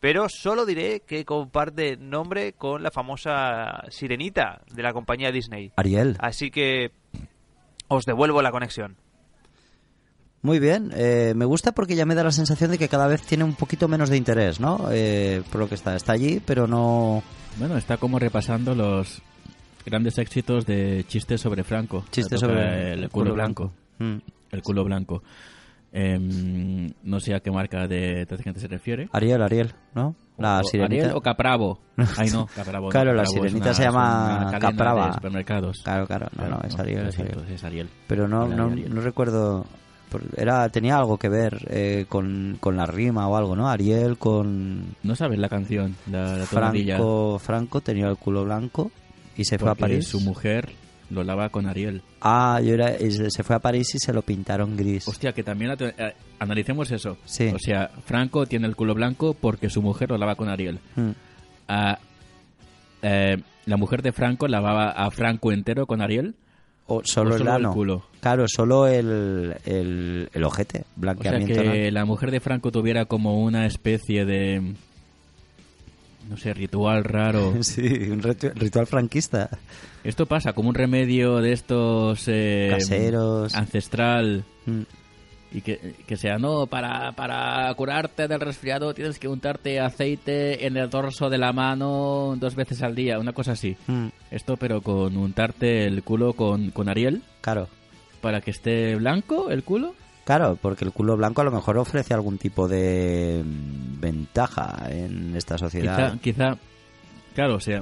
E: Pero solo diré que comparte nombre con la famosa sirenita de la compañía Disney.
B: Ariel.
E: Así que os devuelvo la conexión.
B: Muy bien, eh, me gusta porque ya me da la sensación de que cada vez tiene un poquito menos de interés, ¿no? Eh, por lo que está, está allí, pero no
C: Bueno, está como repasando los grandes éxitos de chistes sobre Franco.
B: chiste
C: Le toca
B: sobre
C: el culo blanco.
B: Mm.
C: El culo blanco. Em, no sé a qué marca de detergente se refiere.
B: Ariel, Ariel, ¿no? La
C: o
B: sirenita.
C: Ariel o Capravo. Ay, no, Capravo. no,
B: Claro, la
C: Capravo es
B: sirenita
C: una-
B: se llama
C: es una cadena
B: Caprava.
C: de supermercados.
B: Claro, claro, no, no, es Ariel,
C: lo
B: es Ariel.
C: siento, es Ariel.
B: Pero no,
C: Era
B: no,
C: Ariel.
B: no recuerdo. por- Era, tenía algo que ver eh, con, con la rima o algo, ¿no? Ariel con
C: No sabes la canción, la, la tonadilla.
B: Franco. Franco tenía el culo blanco y se fue a
C: Porque
B: París.
C: su mujer lo lava con Ariel.
B: Ah, yo era, y se se fue a París y se lo pintaron gris.
C: Hostia, que también la to- eh, analicemos eso.
B: Sí.
C: O sea, Franco tiene el culo blanco porque su mujer lo lava con Ariel.
B: Mm.
C: Ah, eh, la mujer de Franco lavaba a Franco entero con Ariel.
B: O solo,
C: o
B: el
C: solo el
B: ano.
C: culo.
B: Claro, solo el, el, el ojete,
C: O sea,
B: blanqueamiento. anal.
C: que la mujer de Franco tuviera como una especie de. No sé, ritual raro.
B: Sí, un ritu- ritual franquista.
C: Esto pasa como un remedio de estos. eh,
B: Caseros.
C: Ancestral.
B: Mm.
C: Y que, que sea, no, para, para curarte del resfriado tienes que untarte aceite en el dorso de la mano dos veces al día, una cosa así.
B: Mm.
C: Esto, pero con untarte el culo con, con Ariel
B: Claro.
C: para que esté blanco el culo.
B: Claro, porque el culo blanco a lo mejor ofrece algún tipo de mm, ventaja en esta sociedad.
C: Quizá, quizá, claro, o sea,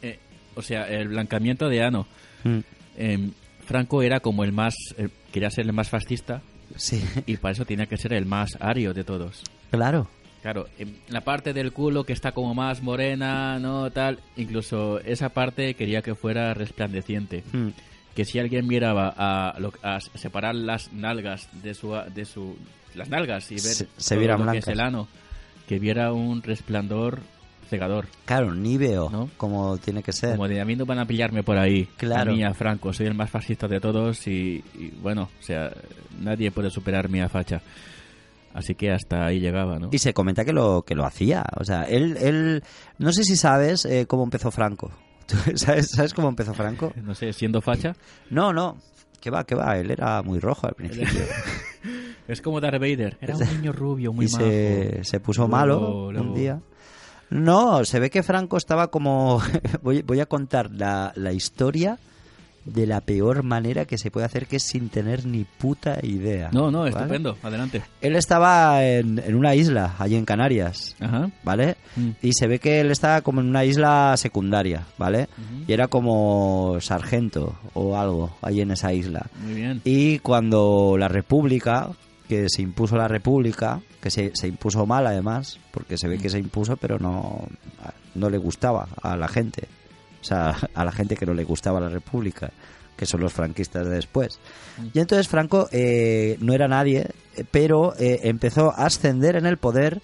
C: eh, o sea, el blancamiento de ano.
B: Mm,
C: em, Franco era como el más, eh, quería ser el más fascista
B: Sí,
C: y para eso tenía que ser el más ario de todos.
B: claro.
C: Claro, em, la parte del culo que está como más morena, no tal, incluso esa parte quería que fuera resplandeciente.
B: Mm,
C: Que si alguien miraba a, lo- a separar las nalgas de su, de su las nalgas y ver
B: Se- se
C: todo
B: vieran
C: lo que es
B: blancas.
C: el ano, que viera un resplandor cegador.
B: Claro, níveo,
C: ¿No?
B: como tiene que ser.
C: Como de a mí no van a pillarme por ahí.
B: Claro.
C: A mí, a Franco, soy el más fascista de todos y, y, bueno, o sea, nadie puede superar mi facha. Así que hasta ahí llegaba, ¿no?
B: Y se comenta que lo, que lo hacía. O sea, él, él... No sé si sabes eh, cómo empezó Franco. ¿Tú sabes, sabes cómo empezó Franco?
C: No sé, siendo facha,
B: No, no. Que va, que va. Él era muy rojo al principio.
C: es como Darth Vader. Era un niño rubio, muy
B: y se,
C: majo.
B: se puso
C: Luego-
B: malo un
C: luego-
B: día. No, se ve que Franco estaba como... voy, voy a contar la, la historia de la peor manera que se puede hacer, que es sin tener ni puta idea.
C: No, no,
B: ¿vale?
C: estupendo. Adelante.
B: Él estaba en, en una isla, allí en Canarias,
C: Ajá.
B: ¿vale?
C: Mm.
B: Y se ve que él estaba como en una isla secundaria, ¿vale?
C: Ujú.
B: Y era como sargento o algo allí en esa isla.
C: Muy bien.
B: Y cuando la República, que se impuso la República, que se, se impuso mal además, porque se ve que se impuso, pero no, no le gustaba a la gente. O sea, a la gente que no le gustaba la República, que son los franquistas de después. Y entonces Franco eh, no era nadie, eh, pero eh, empezó a ascender en el poder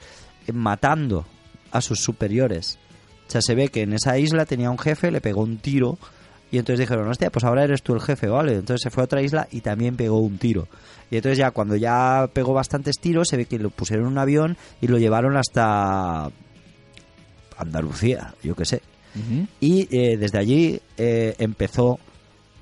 B: eh, matando a sus superiores. O sea, se ve que en esa isla tenía un jefe, le pegó un tiro. Y entonces dijeron, hostia, pues ahora eres tú el jefe, ¿vale? Entonces se fue a otra isla y también pegó un tiro. Y entonces ya cuando ya pegó bastantes tiros, se ve que lo pusieron en un avión y lo llevaron hasta Andalucía, yo qué sé.
C: Ujú.
B: Y eh, desde allí eh, empezó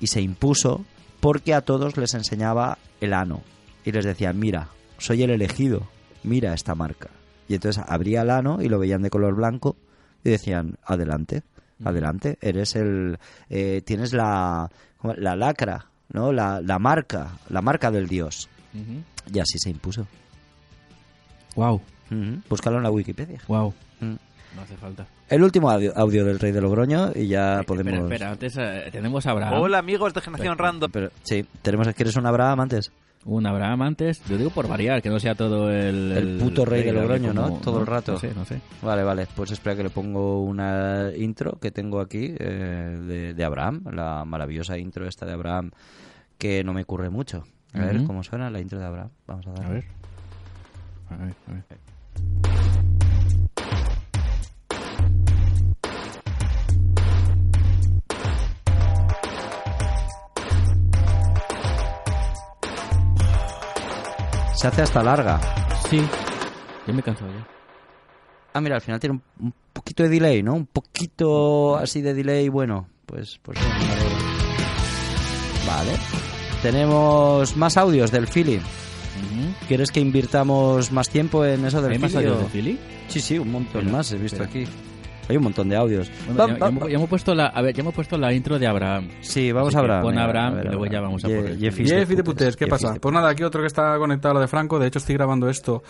B: y se impuso porque a todos les enseñaba el ano. Y les decía, mira, soy el elegido, mira esta marca. Y entonces abría el ano y lo veían de color blanco y decían, adelante, adelante, eres el... eh, tienes la, ¿cómo? la lacra, ¿no? La, la marca, la marca del dios.
C: Ujú.
B: Y así se impuso.
C: Guau,
B: Ujú. Búscalo en la Wikipedia.
C: guau.
B: Mm.
C: No hace falta.
B: El último audio, audio del Rey de Logroño y ya
C: Eh,
B: podemos...
C: Espera, espera, antes eh, tenemos a Abraham.
E: Hola amigos de Generación Random.
B: Pero, sí, tenemos que eres un Abraham antes.
C: Un Abraham antes. Yo digo por variar, que no sea todo el.
B: El puto rey de Logroño, ¿no?
C: como-
B: Todo el rato.
C: No sé, no sé.
B: Vale, vale, pues espera que le pongo una intro que tengo aquí eh, de, de Abraham, la maravillosa intro esta de Abraham que no me ocurre mucho. A ver
C: Ujú.
B: cómo suena la intro de Abraham. Vamos a dar.
C: A ver. A ver, a ver.
B: Se hace hasta larga.
C: Sí. Yo me he cansado ya.
B: Ah, mira, al final tiene un, un poquito de delay, ¿no? Un poquito así de delay, bueno, pues pues bien, me alegro. Vale. Tenemos más audios del Philly. ¿Quieres que invirtamos más tiempo en eso del
C: ¿Hay más
B: Philly
C: audios
B: o-
C: de Philly?
B: Sí, sí, un montón
C: Espera,
B: más he visto
C: espera.
B: aquí. Hay un montón de audios.
C: Bueno,
B: Va-
C: ya,
B: va-
C: ya hemos- ya hemos puesto la, a ver, ya hemos puesto la intro de Abraham.
B: Sí, vamos
C: Así
B: a
C: que
B: Abraham.
C: pon
B: venga,
C: Abraham
B: ver,
C: y luego
B: Abraham.
C: ya vamos a
B: Ye-
C: por el
B: Jeffis
F: Jeff y de putés, ¿qué
B: Jeffis
F: pasa?
B: de
F: Pues nada, aquí otro que está conectado a lo de Franco. De hecho, estoy grabando esto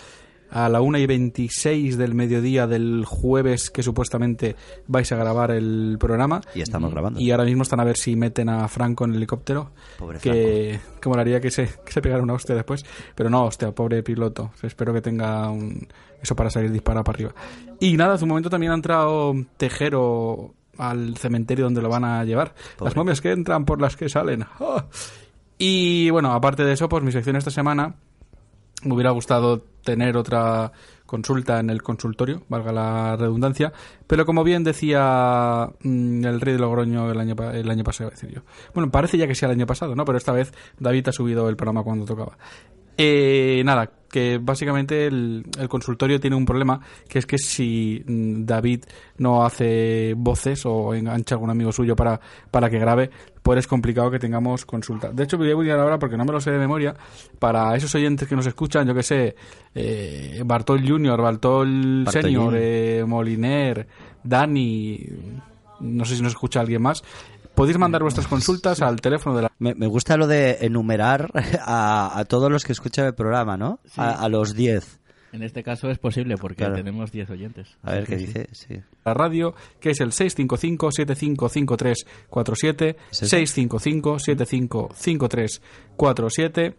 F: a la 1 y 26 del mediodía del jueves que supuestamente vais a grabar el programa.
B: Y estamos grabando.
F: Y ahora mismo están a ver si meten a Franco en el helicóptero.
B: Pobre
F: que, que molaría que se, que se pegara una hostia después. Pero no, hostia, pobre piloto. Espero que tenga un, eso para salir disparado para arriba. Y nada, hace un momento también ha entrado Tejero al cementerio donde lo van a llevar.
B: Pobre.
F: Las momias que entran por las que salen. ¡Ah! Y bueno, aparte de eso, pues mi sección esta semana me hubiera gustado tener otra consulta en el consultorio, valga la redundancia, pero como bien decía mm, el rey de Logroño el año, pa- el año pasado, iba a decir yo. Bueno, parece ya que sea el año pasado, ¿no? Pero esta vez David ha subido el programa cuando tocaba. Eh, nada, que básicamente el, el consultorio tiene un problema, que es que si mm, David no hace voces o engancha a algún amigo suyo para, para que grabe, pues es complicado que tengamos consulta. De hecho, voy a buscar ahora, porque no me lo sé de memoria, para esos oyentes que nos escuchan, yo que sé, eh, Bartol Junior, Bartol,
B: Bartol
F: Senior,
B: Junior.
F: eh, Moliner, Dani, no sé si nos escucha alguien más, podéis mandar vuestras consultas al teléfono de la...
B: Me, me gusta lo de enumerar a, a todos los que escuchan el programa, ¿no? A, a los 10.
C: En este caso es posible porque
B: Claro.
C: tenemos 10 oyentes.
B: A ver qué dice. Sí.
F: la radio, que es el 655-755347,
B: ¿Es ese?
F: 655-755347,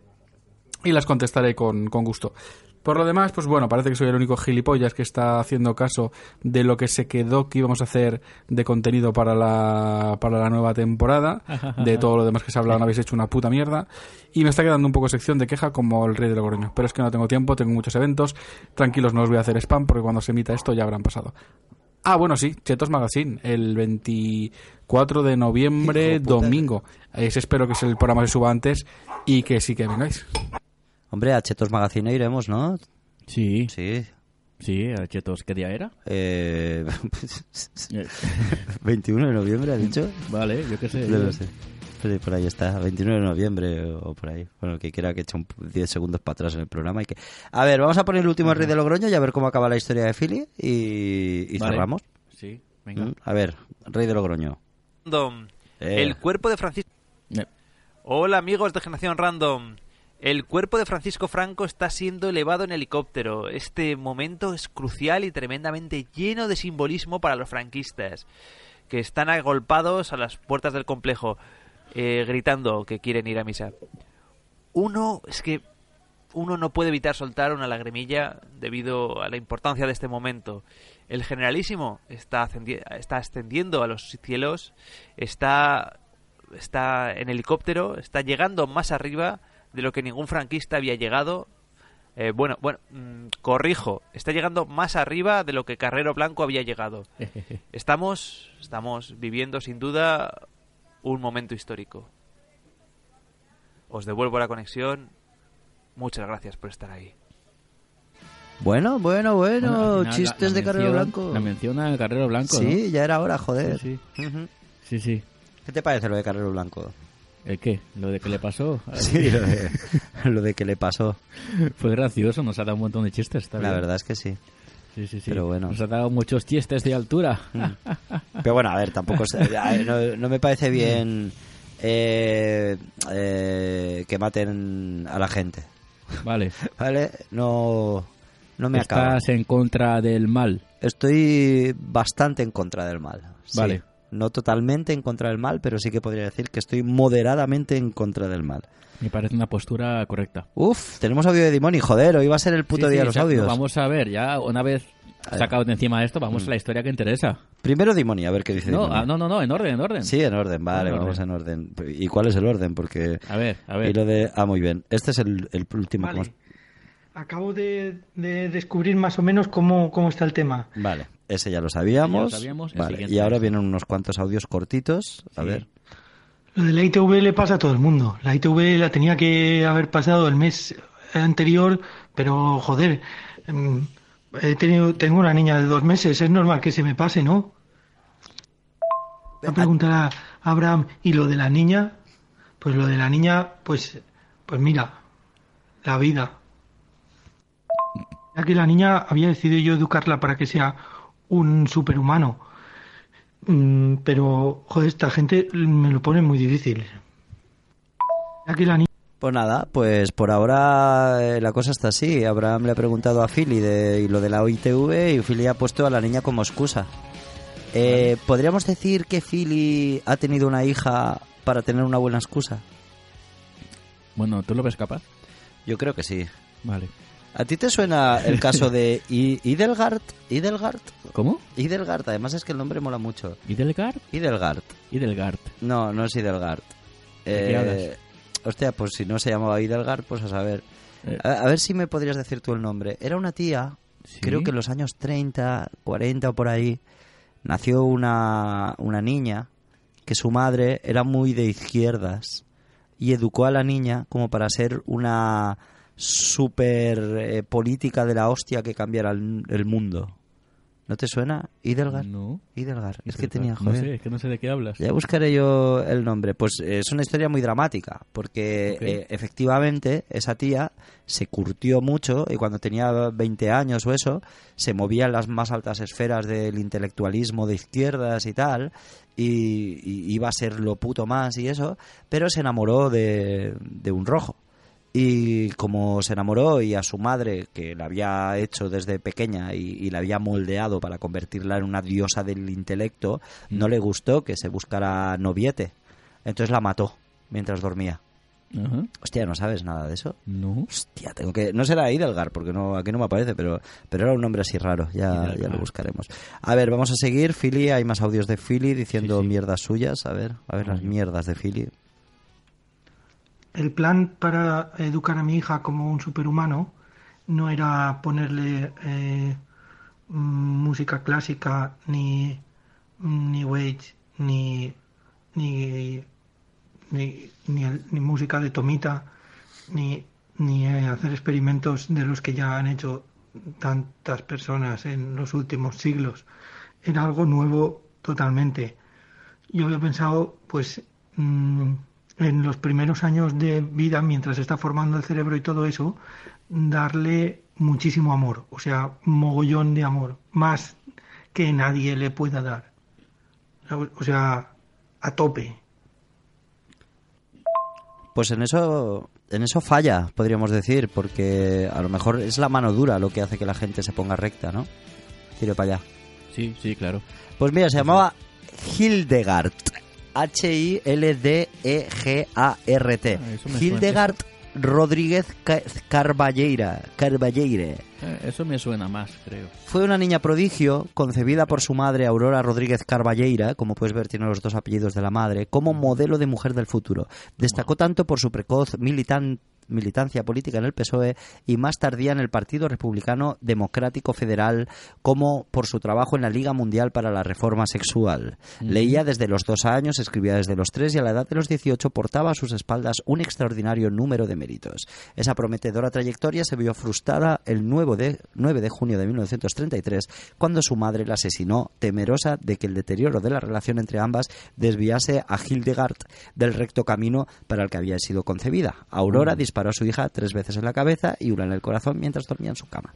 F: y las contestaré con, con gusto. Por lo demás, pues bueno, parece que soy el único gilipollas que está haciendo caso de lo que se quedó que íbamos a hacer de contenido para la, para la nueva temporada. De todo lo demás que se ha hablado no habéis hecho una puta mierda. Y me está quedando un poco sección de queja como el rey de Logroño. Pero es que no tengo tiempo, tengo muchos eventos. Tranquilos, no os voy a hacer spam porque cuando se emita esto ya habrán pasado. Ah, bueno, sí, Chetos Magazine, el 24 de noviembre, domingo. Ese espero que es el programa se suba antes y que sí que vengáis.
B: Hombre, a Chetos Magazine iremos, ¿no?
C: Sí,
B: Sí.
C: sí, a Chetos, ¿qué día era?
B: Eh, 21 de noviembre, ha dicho.
C: vale, yo qué sé.
B: No lo sé. Pero por ahí está, 29 de noviembre o por ahí. Bueno, el que quiera que eche un pu- 10 segundos para atrás en el programa. Y que... A ver, vamos a poner el último rey de Logroño y a ver cómo acaba la historia de Philly y, y
C: Vale.
B: cerramos.
C: Sí, venga.
B: Mm, A ver, rey de Logroño.
E: Random.
B: Eh.
E: El cuerpo de Francisco.
C: Eh,
E: Hola amigos de Generación Random. El cuerpo de Francisco Franco está siendo elevado en helicóptero. Este momento es crucial y tremendamente lleno de simbolismo para los franquistas, que están agolpados a las puertas del complejo, eh, gritando que quieren ir a misa. Uno, es que uno no puede evitar soltar una lagrimilla debido a la importancia de este momento. El generalísimo está, ascendi- está ascendiendo a los cielos, está, está en helicóptero, está llegando más arriba de lo que ningún franquista había llegado. Eh, bueno, bueno, mm, corrijo, está llegando más arriba de lo que Carrero Blanco había llegado. Estamos, estamos viviendo sin duda un momento histórico. Os devuelvo la conexión. Muchas gracias por estar ahí.
B: Bueno, bueno, bueno,
C: Bueno, al final
B: chistes
C: la- la
B: de Carrero
C: mención-
B: Blanco.
C: La menciona el Carrero Blanco,
B: sí, ya era hora,
C: ¿no?
B: joder.
C: Sí,
B: Ujú.
C: sí, sí.
B: ¿Qué te parece lo de Carrero Blanco?
C: ¿El qué? ¿Lo de que le pasó?
B: Sí, lo de, lo de que le pasó.
C: Fue gracioso, nos ha dado un montón de chistes. está
B: La
C: bien.
B: verdad es que sí.
C: Sí, sí, sí.
B: Pero bueno.
C: Nos ha dado muchos chistes de altura.
B: Pero bueno, a ver, tampoco es- a ver, no, no me parece bien eh, eh, que maten a la gente,
C: vale.
B: ¿vale? No, Mm. no me acaba.
C: Estás en contra del mal.
B: Estoy bastante en contra del mal. sí.
C: Vale.
B: No totalmente en contra del mal, pero sí que podría decir que estoy moderadamente en contra del mal.
C: Me parece una postura correcta.
B: Uf, tenemos audio de Dimoni, joder, hoy va a ser el puto
C: Sí,
B: día
C: sí,
B: de los
C: sa-
B: audios.
C: Vamos a ver, ya una vez
B: ver.
C: sacado de encima esto, vamos a la historia que interesa.
B: Primero Dimoni, a ver qué dice
C: No,
B: Dimoni.
C: ah, no, no, no, en orden, en orden.
B: Sí, en orden, vale,
C: En orden.
B: vamos en orden. ¿Y cuál es el orden? Porque...
C: A ver, a
B: Y
C: ver.
B: lo de... Ah, muy bien. Este es el, el último que
D: Vale.
B: hemos-
D: Acabo de, de descubrir más o menos cómo, cómo está el tema.
B: Vale, ese ya lo sabíamos.
C: Ya lo sabíamos, el
B: Vale,
C: siguiente.
B: Y ahora vienen unos cuantos audios cortitos. A
C: Sí.
B: ver.
D: Lo de la ITV le pasa a todo el mundo. La ITV la tenía que haber pasado el mes anterior, pero joder, mm, he tenido, tengo una niña de dos meses, es normal que se me pase, ¿no? Voy a preguntar a Abraham, ¿y lo de la niña? Pues lo de la niña, pues, pues mira, la vida. Ya que la niña había decidido yo educarla para que sea un superhumano. Mm, pero, joder, esta gente me lo pone muy difícil. Ya que la niña
B: Pues nada, pues por ahora eh, la cosa está así. Abraham le ha preguntado a Philly de, y lo de la OITV y Philly ha puesto a la niña como excusa. Eh, ¿Podríamos decir que Philly ha tenido una hija para tener una buena excusa?
C: Bueno, ¿tú lo ves capaz?
B: Yo creo que sí.
C: Vale.
B: ¿A ti te suena el caso de I- Idelgard? ¿Idelgard?
C: ¿Cómo?
B: Idelgard, además es que el nombre mola mucho.
C: ¿Idelgard?
B: Idelgard.
C: Idelgard.
B: No, no es Idelgard.
C: ¿De qué hablas?
B: hostia, pues si no se llamaba Idelgard, pues a saber.
C: Eh.
B: A, a ver si me podrías decir tú el nombre. Era una tía,
C: Sí.
B: creo que en los años 30, 40 o por ahí, nació una, una niña que su madre era muy de izquierdas y educó a la niña como para ser una super eh, política de la hostia que cambiara el, el mundo. ¿No te suena? Idelgard.
C: No.
B: Idelgard. Es que
C: Idelgard.
B: tenía,
C: No
B: joder.
C: sé, es que no sé de qué hablas.
B: Ya buscaré yo el nombre. Pues eh, es una historia muy dramática, porque
C: Ok.
B: eh, efectivamente esa tía se curtió mucho y cuando tenía 20 años o eso, se movía en las más altas esferas del intelectualismo de izquierdas y tal, y, y iba a ser lo puto más y eso, pero se enamoró de, de un rojo. Y como se enamoró y a su madre, que la había hecho desde pequeña y, y la había moldeado para convertirla en una diosa del intelecto, no le gustó que se buscara noviete. Entonces la mató mientras dormía.
C: Ajá.
B: Hostia, ¿no sabes nada de eso?
C: No.
B: Hostia, tengo que... No será Idelgar, porque no, aquí no me aparece, pero, pero era un nombre así raro. Ya,
C: Idelgar.
B: ya lo buscaremos. A ver, vamos a seguir. Philly, hay más audios de Philly diciendo
C: Sí, sí.
B: mierdas suyas. A ver, a ver las mierdas de Philly.
D: El plan para educar a mi hija como un superhumano no era ponerle eh, mm, música clásica, ni, ni Wage, ni, ni, ni, ni el- ni música de Tomita, ni, ni eh, hacer experimentos de los que ya han hecho tantas personas en los últimos siglos. Era algo nuevo totalmente. Yo había pensado, pues, mm, en los primeros años de vida, mientras se está formando el cerebro y todo eso, darle muchísimo amor, o sea, mogollón de amor, más que nadie le pueda dar. O- O sea, a tope.
B: Pues en eso, en eso falla, podríamos decir, porque a lo mejor es la mano dura lo que hace que la gente se ponga recta, ¿no? Tiro para allá.
C: Sí, sí, claro.
B: Pues mira, se llamaba Hildegard. E H-I-L-D-E-G-A-R-T.
C: Ah, eso me suena,
B: Hildegard Rodríguez Ca- Carballeira. Carballeire.
C: Eh, Eso me suena más, creo.
B: Fue una niña prodigio, concebida por su madre Aurora Rodríguez Carballeira, como puedes ver tiene los dos apellidos de la madre, como modelo de mujer del futuro. Destacó tanto por su precoz militan- militancia política en el PSOE E y más tardía en el Partido Republicano Democrático Federal como por su trabajo en la Liga Mundial para la Reforma Sexual. Leía desde los dos años, escribía desde los tres y a la edad de los 18 portaba a sus espaldas un extraordinario número de méritos. Esa prometedora trayectoria se vio frustrada el 9 de, 9 de junio de 1933 cuando su madre la asesinó, temerosa de que el deterioro de la relación entre ambas desviase a Hildegard del recto camino para el que había sido concebida. Aurora
C: Mm.
B: disparó a su hija tres veces en la cabeza y una en el corazón mientras dormía en su cama.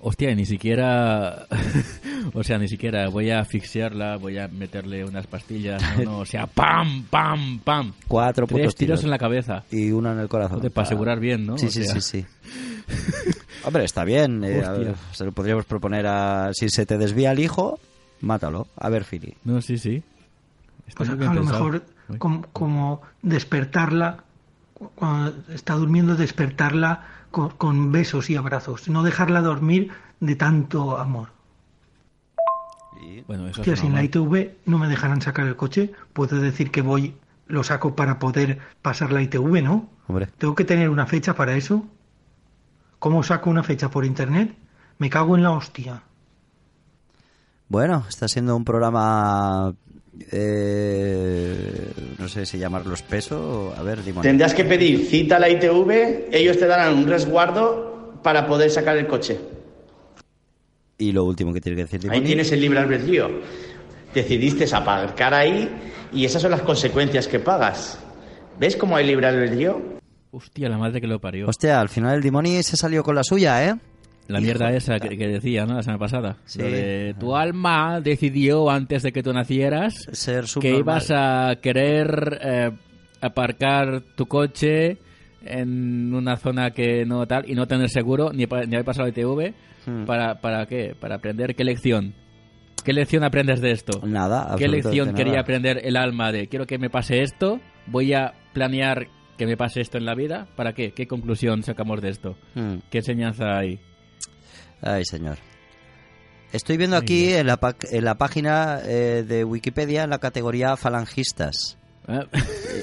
C: Hostia, ni siquiera. o sea, ni siquiera voy a asfixiarla, voy a meterle unas pastillas. No, no, o sea, ¡pam, pam, pam!
B: Cuatro
C: Tres
B: putos
C: tiros
B: tiros
C: en la cabeza.
B: y una en el corazón.
C: Joder, para asegurar bien, ¿no?
B: Sí,
C: O
B: sí,
C: sea.
B: sí, sí. Hombre, está bien. eh, a ver,
C: Hostia.
B: se lo podríamos proponer a... Si se te desvía el hijo, mátalo. A ver, Fili.
C: No, sí, sí. Está
D: Pues a
C: muy bien
D: lo
C: pensado.
D: mejor
C: Uy.
D: como, como despertarla, cu- cuando está durmiendo, despertarla con, con besos y abrazos, no dejarla dormir de tanto amor.
C: Bueno, eso suena
D: Hostia, si en la
C: mal.
D: ITV no me dejarán sacar el coche, puedo decir que voy, lo saco para poder pasar la ITV, ¿no?
B: Hombre.
D: Tengo que tener una fecha para eso. ¿Cómo saco una fecha por internet? Me cago en la hostia.
B: Bueno, está siendo un programa... eh, no sé si llamarlo espeso. A ver, Dimon.
G: Tendrás que pedir cita a la ITV, ellos te darán un resguardo para poder sacar el coche.
B: Y lo último que tiene que decir
G: Ahí
B: Dimoni.
G: tienes el libre albedrío. Decidiste aparcar ahí y esas son las consecuencias que pagas. ¿Ves cómo hay libre albedrío?
C: Hostia, la madre que lo parió.
B: Hostia, al final el Dimoni se salió con la suya, ¿eh?
C: La mierda esa que, que decía, ¿no? La semana pasada.
B: Sí.
C: Lo de, tu alma decidió antes de que tú nacieras
B: Ser
C: que
B: subnormal.
C: ibas a querer eh, aparcar tu coche en una zona que no tal y no tener seguro ni, pa- ni haber pasado el ITV,
B: Hmm.
C: ¿para, ¿para qué? Para aprender qué lección. ¿Qué lección aprendes de esto?
B: Nada,
C: ¿Qué
B: absolutamente
C: lección
B: nada.
C: quería aprender el alma de quiero que me pase esto? ¿Voy a planear que me pase esto en la vida? ¿Para qué? ¿Qué conclusión sacamos de esto?
B: Hmm.
C: ¿Qué enseñanza hay?
B: Ay, señor. Estoy viendo aquí en la, pa- en la página eh, de Wikipedia la categoría falangistas.
C: ¿Eh?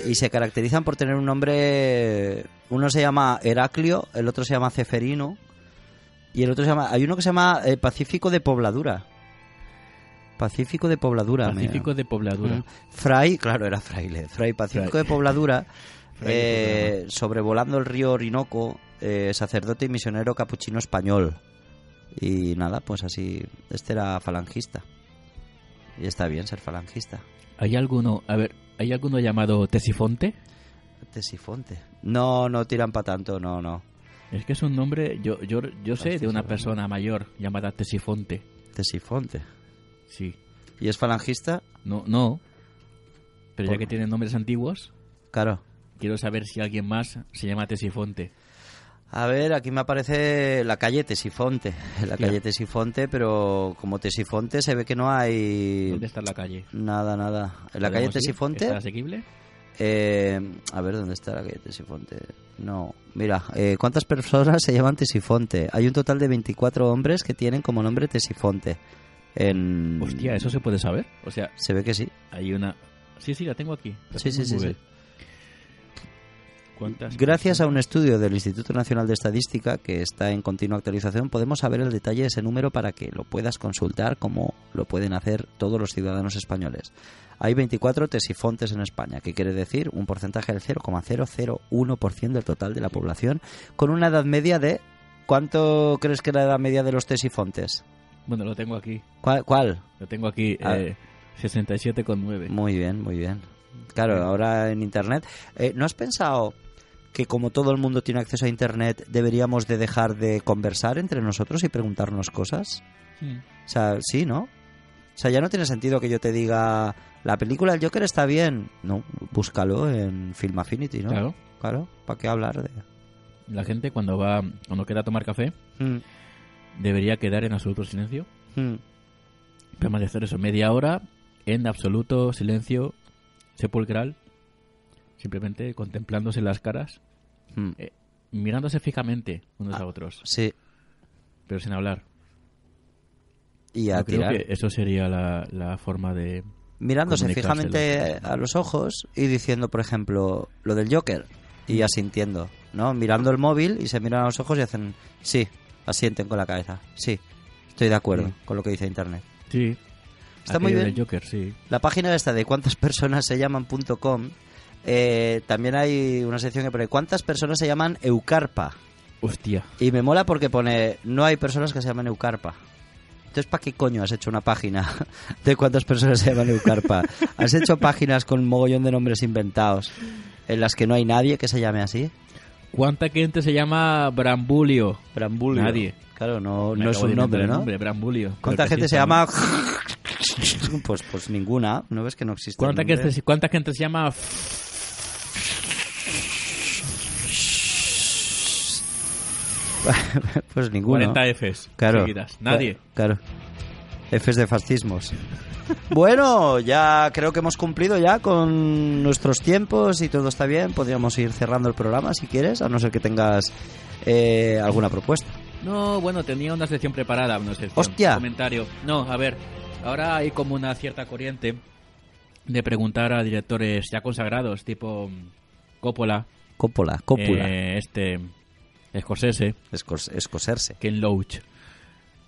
B: Y se caracterizan por tener un nombre. Uno se llama Heraclio, el otro se llama Ceferino. Y el otro se llama. Hay uno que se llama eh, Pacífico de Pobladura. Pacífico de Pobladura, mira.
C: Pacífico de pobladura.
B: Mm. Fray, claro, era fraile. Fray Pacífico de Pobladura,
C: Fray de
B: eh, sobrevolando el río Orinoco, eh, sacerdote y misionero capuchino español. Y nada, pues así. Este era falangista. Y está bien ser falangista.
C: ¿Hay alguno, a ver, ¿hay alguno llamado Tesifonte?
B: Tesifonte. No, no tiran para tanto, no, no.
C: Es que es un nombre, yo, yo, yo sé
B: Hostia,
C: de una
B: sí,
C: persona mayor llamada Tesifonte.
B: Tesifonte.
C: Sí.
B: ¿Y es falangista?
C: No, no. Pero ya
B: Por-
C: que tienen nombres antiguos,
B: Claro.
C: quiero saber si alguien más se llama Tesifonte.
B: A ver, aquí me aparece la calle Tesifonte. La
C: Mira.
B: calle Tesifonte, pero como Tesifonte se ve que no hay.
C: ¿Dónde está la calle?
B: Nada, nada. En la calle
C: ¿Podemos ir? ¿Está
B: Tesifonte.
C: asequible?
B: eh, a ver, ¿dónde está la calle Tesifonte? No. Mira, eh, ¿cuántas personas se llaman Tesifonte? Hay un total de 24 hombres que tienen como nombre Tesifonte. En...
C: Hostia, ¿eso se puede saber? O sea,
B: Se ve que sí.
C: hay una... Sí, sí, la tengo aquí. La
B: Sí,
C: tengo
B: sí,
C: en
B: sí,
C: Google. ¿Cuántas
B: Gracias a un estudio del Instituto Nacional de Estadística que está en continua actualización, podemos saber el detalle de ese número para que lo puedas consultar como lo pueden hacer todos los ciudadanos españoles. Hay 24 tesifontes en España, que quiere decir un porcentaje del 0,001% del total de la población, con una edad media de... ¿Cuánto crees que era la edad media de los tesifontes?
C: Bueno, lo tengo aquí.
B: ¿Cuál? cuál?
C: Lo tengo aquí.
B: Ah.
C: Eh, 67,9.
B: Muy bien, muy bien. Claro, ahora en Internet. Eh, ¿No has pensado que como todo el mundo tiene acceso a Internet, deberíamos de dejar de conversar entre nosotros y preguntarnos cosas?
C: Hmm.
B: O sea, sí, ¿no? O sea, ya no tiene sentido que yo te diga, la película del Joker está bien. No, búscalo en Film Affinity, ¿no?
C: Claro.
B: Claro, ¿para qué hablar de...?
C: La gente cuando va, cuando queda a tomar café,
B: Mm,
C: debería quedar en absoluto silencio.
B: mm.
C: Permanecer eso, media hora en absoluto silencio sepulcral, simplemente contemplándose las caras,
B: Mm.
C: eh, mirándose fijamente unos
B: Ah.
C: a otros,
B: Sí,
C: pero sin hablar.
B: y a
C: Yo creo
B: tirar.
C: que eso sería la, la forma de...
B: mirándose
C: comunicarse
B: fijamente a los ojos y diciendo, por ejemplo, lo del Joker y asintiendo, ¿no? Mirando el móvil y se miran a los ojos y hacen, sí, asienten con la cabeza, sí, estoy de acuerdo
C: Sí.
B: con lo que dice Internet.
C: Sí.
B: Está muy
C: aquello
B: bien.
C: del Joker, sí.
B: La página esta de cuántas personas se llaman.com, eh, también hay una sección que pone cuántas personas se llaman Eucarpa.
C: Hostia.
B: Y me mola porque pone, no hay personas que se llaman Eucarpa. Entonces, ¿para qué coño has hecho una página de cuántas personas se llaman Eucarpa? ¿Has hecho páginas con un mogollón de nombres inventados en las que no hay nadie que se llame así?
C: ¿Cuánta gente se llama Brambulio?
B: Brambulio.
C: Nadie.
B: Claro, no,
C: Me
B: no es
C: acabo de
B: un
C: inventar
B: nombre,
C: el
B: ¿no?
C: nombre, Brambulio. Creo
B: ¿Cuánta
C: que
B: gente
C: sí,
B: se
C: está
B: llama... pues, pues ninguna, ¿no ves que no existe?
C: ¿Cuánta,
B: el Este nombre?
C: gente, ¿Cuánta gente se llama?
B: pues ninguno.
C: 40 Fs.
B: Claro.
C: seguidas. Nadie.
B: Claro. Fs de fascismos. Bueno, ya creo que hemos cumplido ya con nuestros tiempos y todo está bien. Podríamos ir cerrando el programa si quieres, a no ser que tengas eh, alguna propuesta.
C: No, bueno, tenía una sección preparada, una sección,
B: Hostia.
C: un comentario. No, a ver, ahora hay como una cierta corriente de preguntar a directores ya consagrados, tipo mm, Coppola,
B: Coppola, cópula,
C: eh, este Scorsese,
B: escor- escocerse.
C: Ken Loach,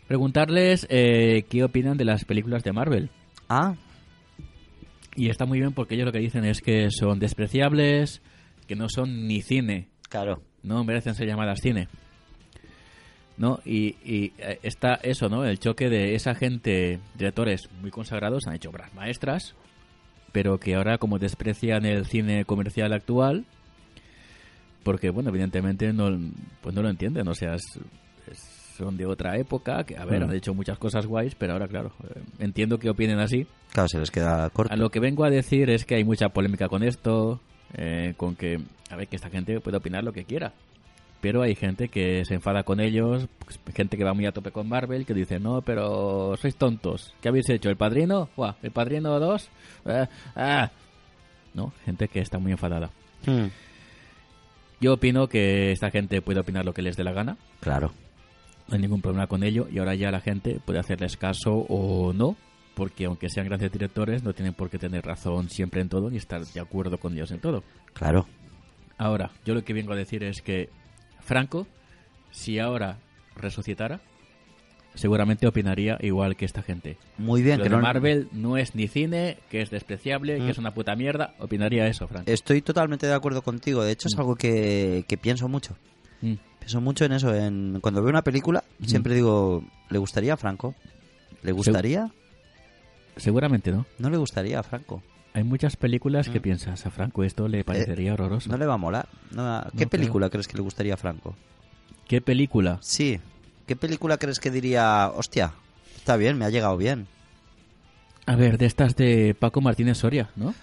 C: preguntarles eh, qué opinan de las películas de Marvel.
B: Ah,
C: Y está muy bien porque ellos lo que dicen es que son despreciables, que no son ni cine,
B: claro.
C: no merecen ser llamadas cine. ¿No? Y, y, eh, está eso, ¿no? El choque de esa gente, directores muy consagrados, han hecho obras maestras, pero que ahora como desprecian el cine comercial actual, porque, bueno, evidentemente no, pues no lo entienden, o sea, es- es- son de otra época, que, a ver,
B: Mm.
C: han hecho muchas cosas guays, pero ahora, claro, eh, entiendo que opinen así.
B: Claro, se les queda corto.
C: A lo que vengo a decir es que hay mucha polémica con esto, eh, con que, a ver, que esta gente puede opinar lo que quiera. Pero hay gente que se enfada con ellos, pues, gente que va muy a tope con Marvel, que dice, no, pero sois tontos. ¿Qué habéis hecho? ¿El Padrino? ¡Buah! ¿El Padrino 2? Ah, ah. No, gente que está muy enfadada.
B: Hmm,
C: Yo opino que esta gente puede opinar lo que les dé la gana,
B: Claro.
C: no hay ningún problema con ello, y ahora ya la gente puede hacerles caso o no, porque aunque sean grandes directores, no tienen por qué tener razón siempre en todo ni estar de acuerdo con ellos en todo.
B: Claro.
C: Ahora, yo lo que vengo a decir es que Franco, si ahora resucitara, seguramente opinaría igual que esta gente.
B: Muy bien.
C: Lo
B: que
C: de
B: no- Mm.
C: Marvel no es ni cine, que es despreciable, que es una puta mierda, opinaría eso, Franco.
B: Estoy totalmente de acuerdo contigo. De hecho, es algo que, que pienso mucho.
C: Mm.
B: Pienso mucho en eso. En, cuando veo una película, siempre digo, ¿le gustaría a Franco? ¿Le gustaría?
C: Seguramente no.
B: No le gustaría a Franco.
C: Hay muchas películas que piensas a Franco, esto le parecería horroroso.
B: mm. Eh, No le va a molar. No va- ¿Qué
C: No creo.
B: película crees que le gustaría a Franco?
C: ¿Qué película?
B: Sí. ¿Qué película crees que diría, hostia, está bien, me ha llegado bien?
C: A ver, de estas de Paco Martínez Soria, ¿no?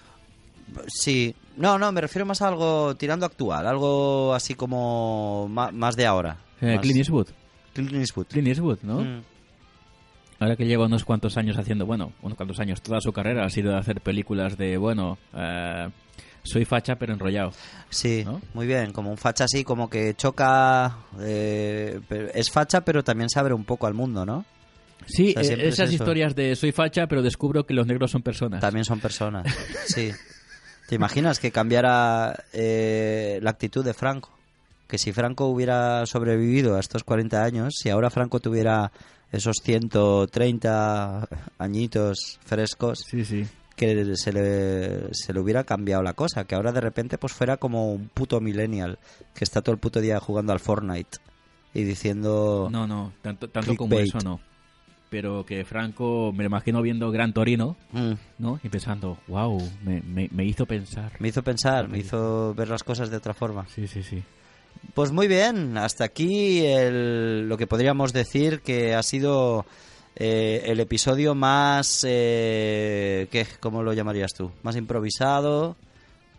B: Sí. No, no, me refiero más a algo tirando actual, algo así como ma- más de ahora.
C: Eh,
B: Más-
C: Clint Eastwood.
B: Clint Eastwood.
C: Clint Eastwood, ¿no?
B: Mm.
C: Ahora que lleva unos cuantos años haciendo, bueno, unos cuantos años, toda su carrera ha sido de hacer películas de, bueno, eh, soy facha pero enrollado.
B: Sí,
C: ¿No?
B: muy bien, como un facha así, como que choca, eh, pero- es facha pero también se abre un poco al mundo, ¿no?
C: Sí,
B: O sea,
C: eh,
B: siempre es
C: esas
B: eso.
C: historias de soy facha pero descubro que los negros son personas.
B: También son personas, sí. ¿Te imaginas que cambiara eh, la actitud de Franco? Que si Franco hubiera sobrevivido a estos 40 años, si ahora Franco tuviera esos 130 añitos frescos,
C: Sí, sí.
B: que se le, se le hubiera cambiado la cosa, que ahora de repente pues fuera como un puto millennial que está todo el puto día jugando al Fortnite y diciendo...
C: No, no, tanto, tanto como
B: Clickbait.
C: eso no. Pero que Franco, me lo imagino viendo Gran Torino,
B: "Mm".
C: ¿no? Y pensando, wow, me, me- me hizo pensar.
B: Me hizo pensar, me hizo ver las cosas de otra forma.
C: Sí, sí, sí.
B: Pues muy bien, hasta aquí el- lo que podríamos decir que ha sido eh, el episodio más... Eh, ¿qué? ¿Cómo lo llamarías tú? Más improvisado,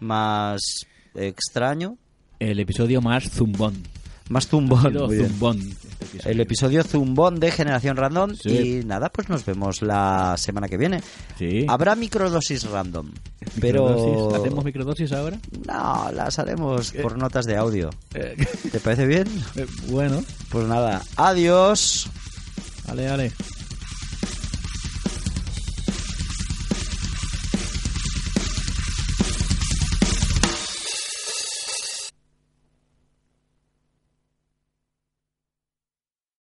B: más extraño,
C: El episodio más zumbón.
B: más zumbón.
C: Ha sido
B: Ah, Muy bien.
C: zumbón este episodio.
B: el episodio zumbón de Generación Random
C: Sí.
B: y nada, pues nos vemos la semana que viene.
C: Sí.
B: Habrá microdosis random,
C: Microdosis.
B: pero
C: ¿Hacemos Eh. microdosis ahora?
B: no, las haremos por notas de audio. ¿Te parece bien?
C: Eh, bueno.
B: Pues nada, adiós.
C: Vale, vale.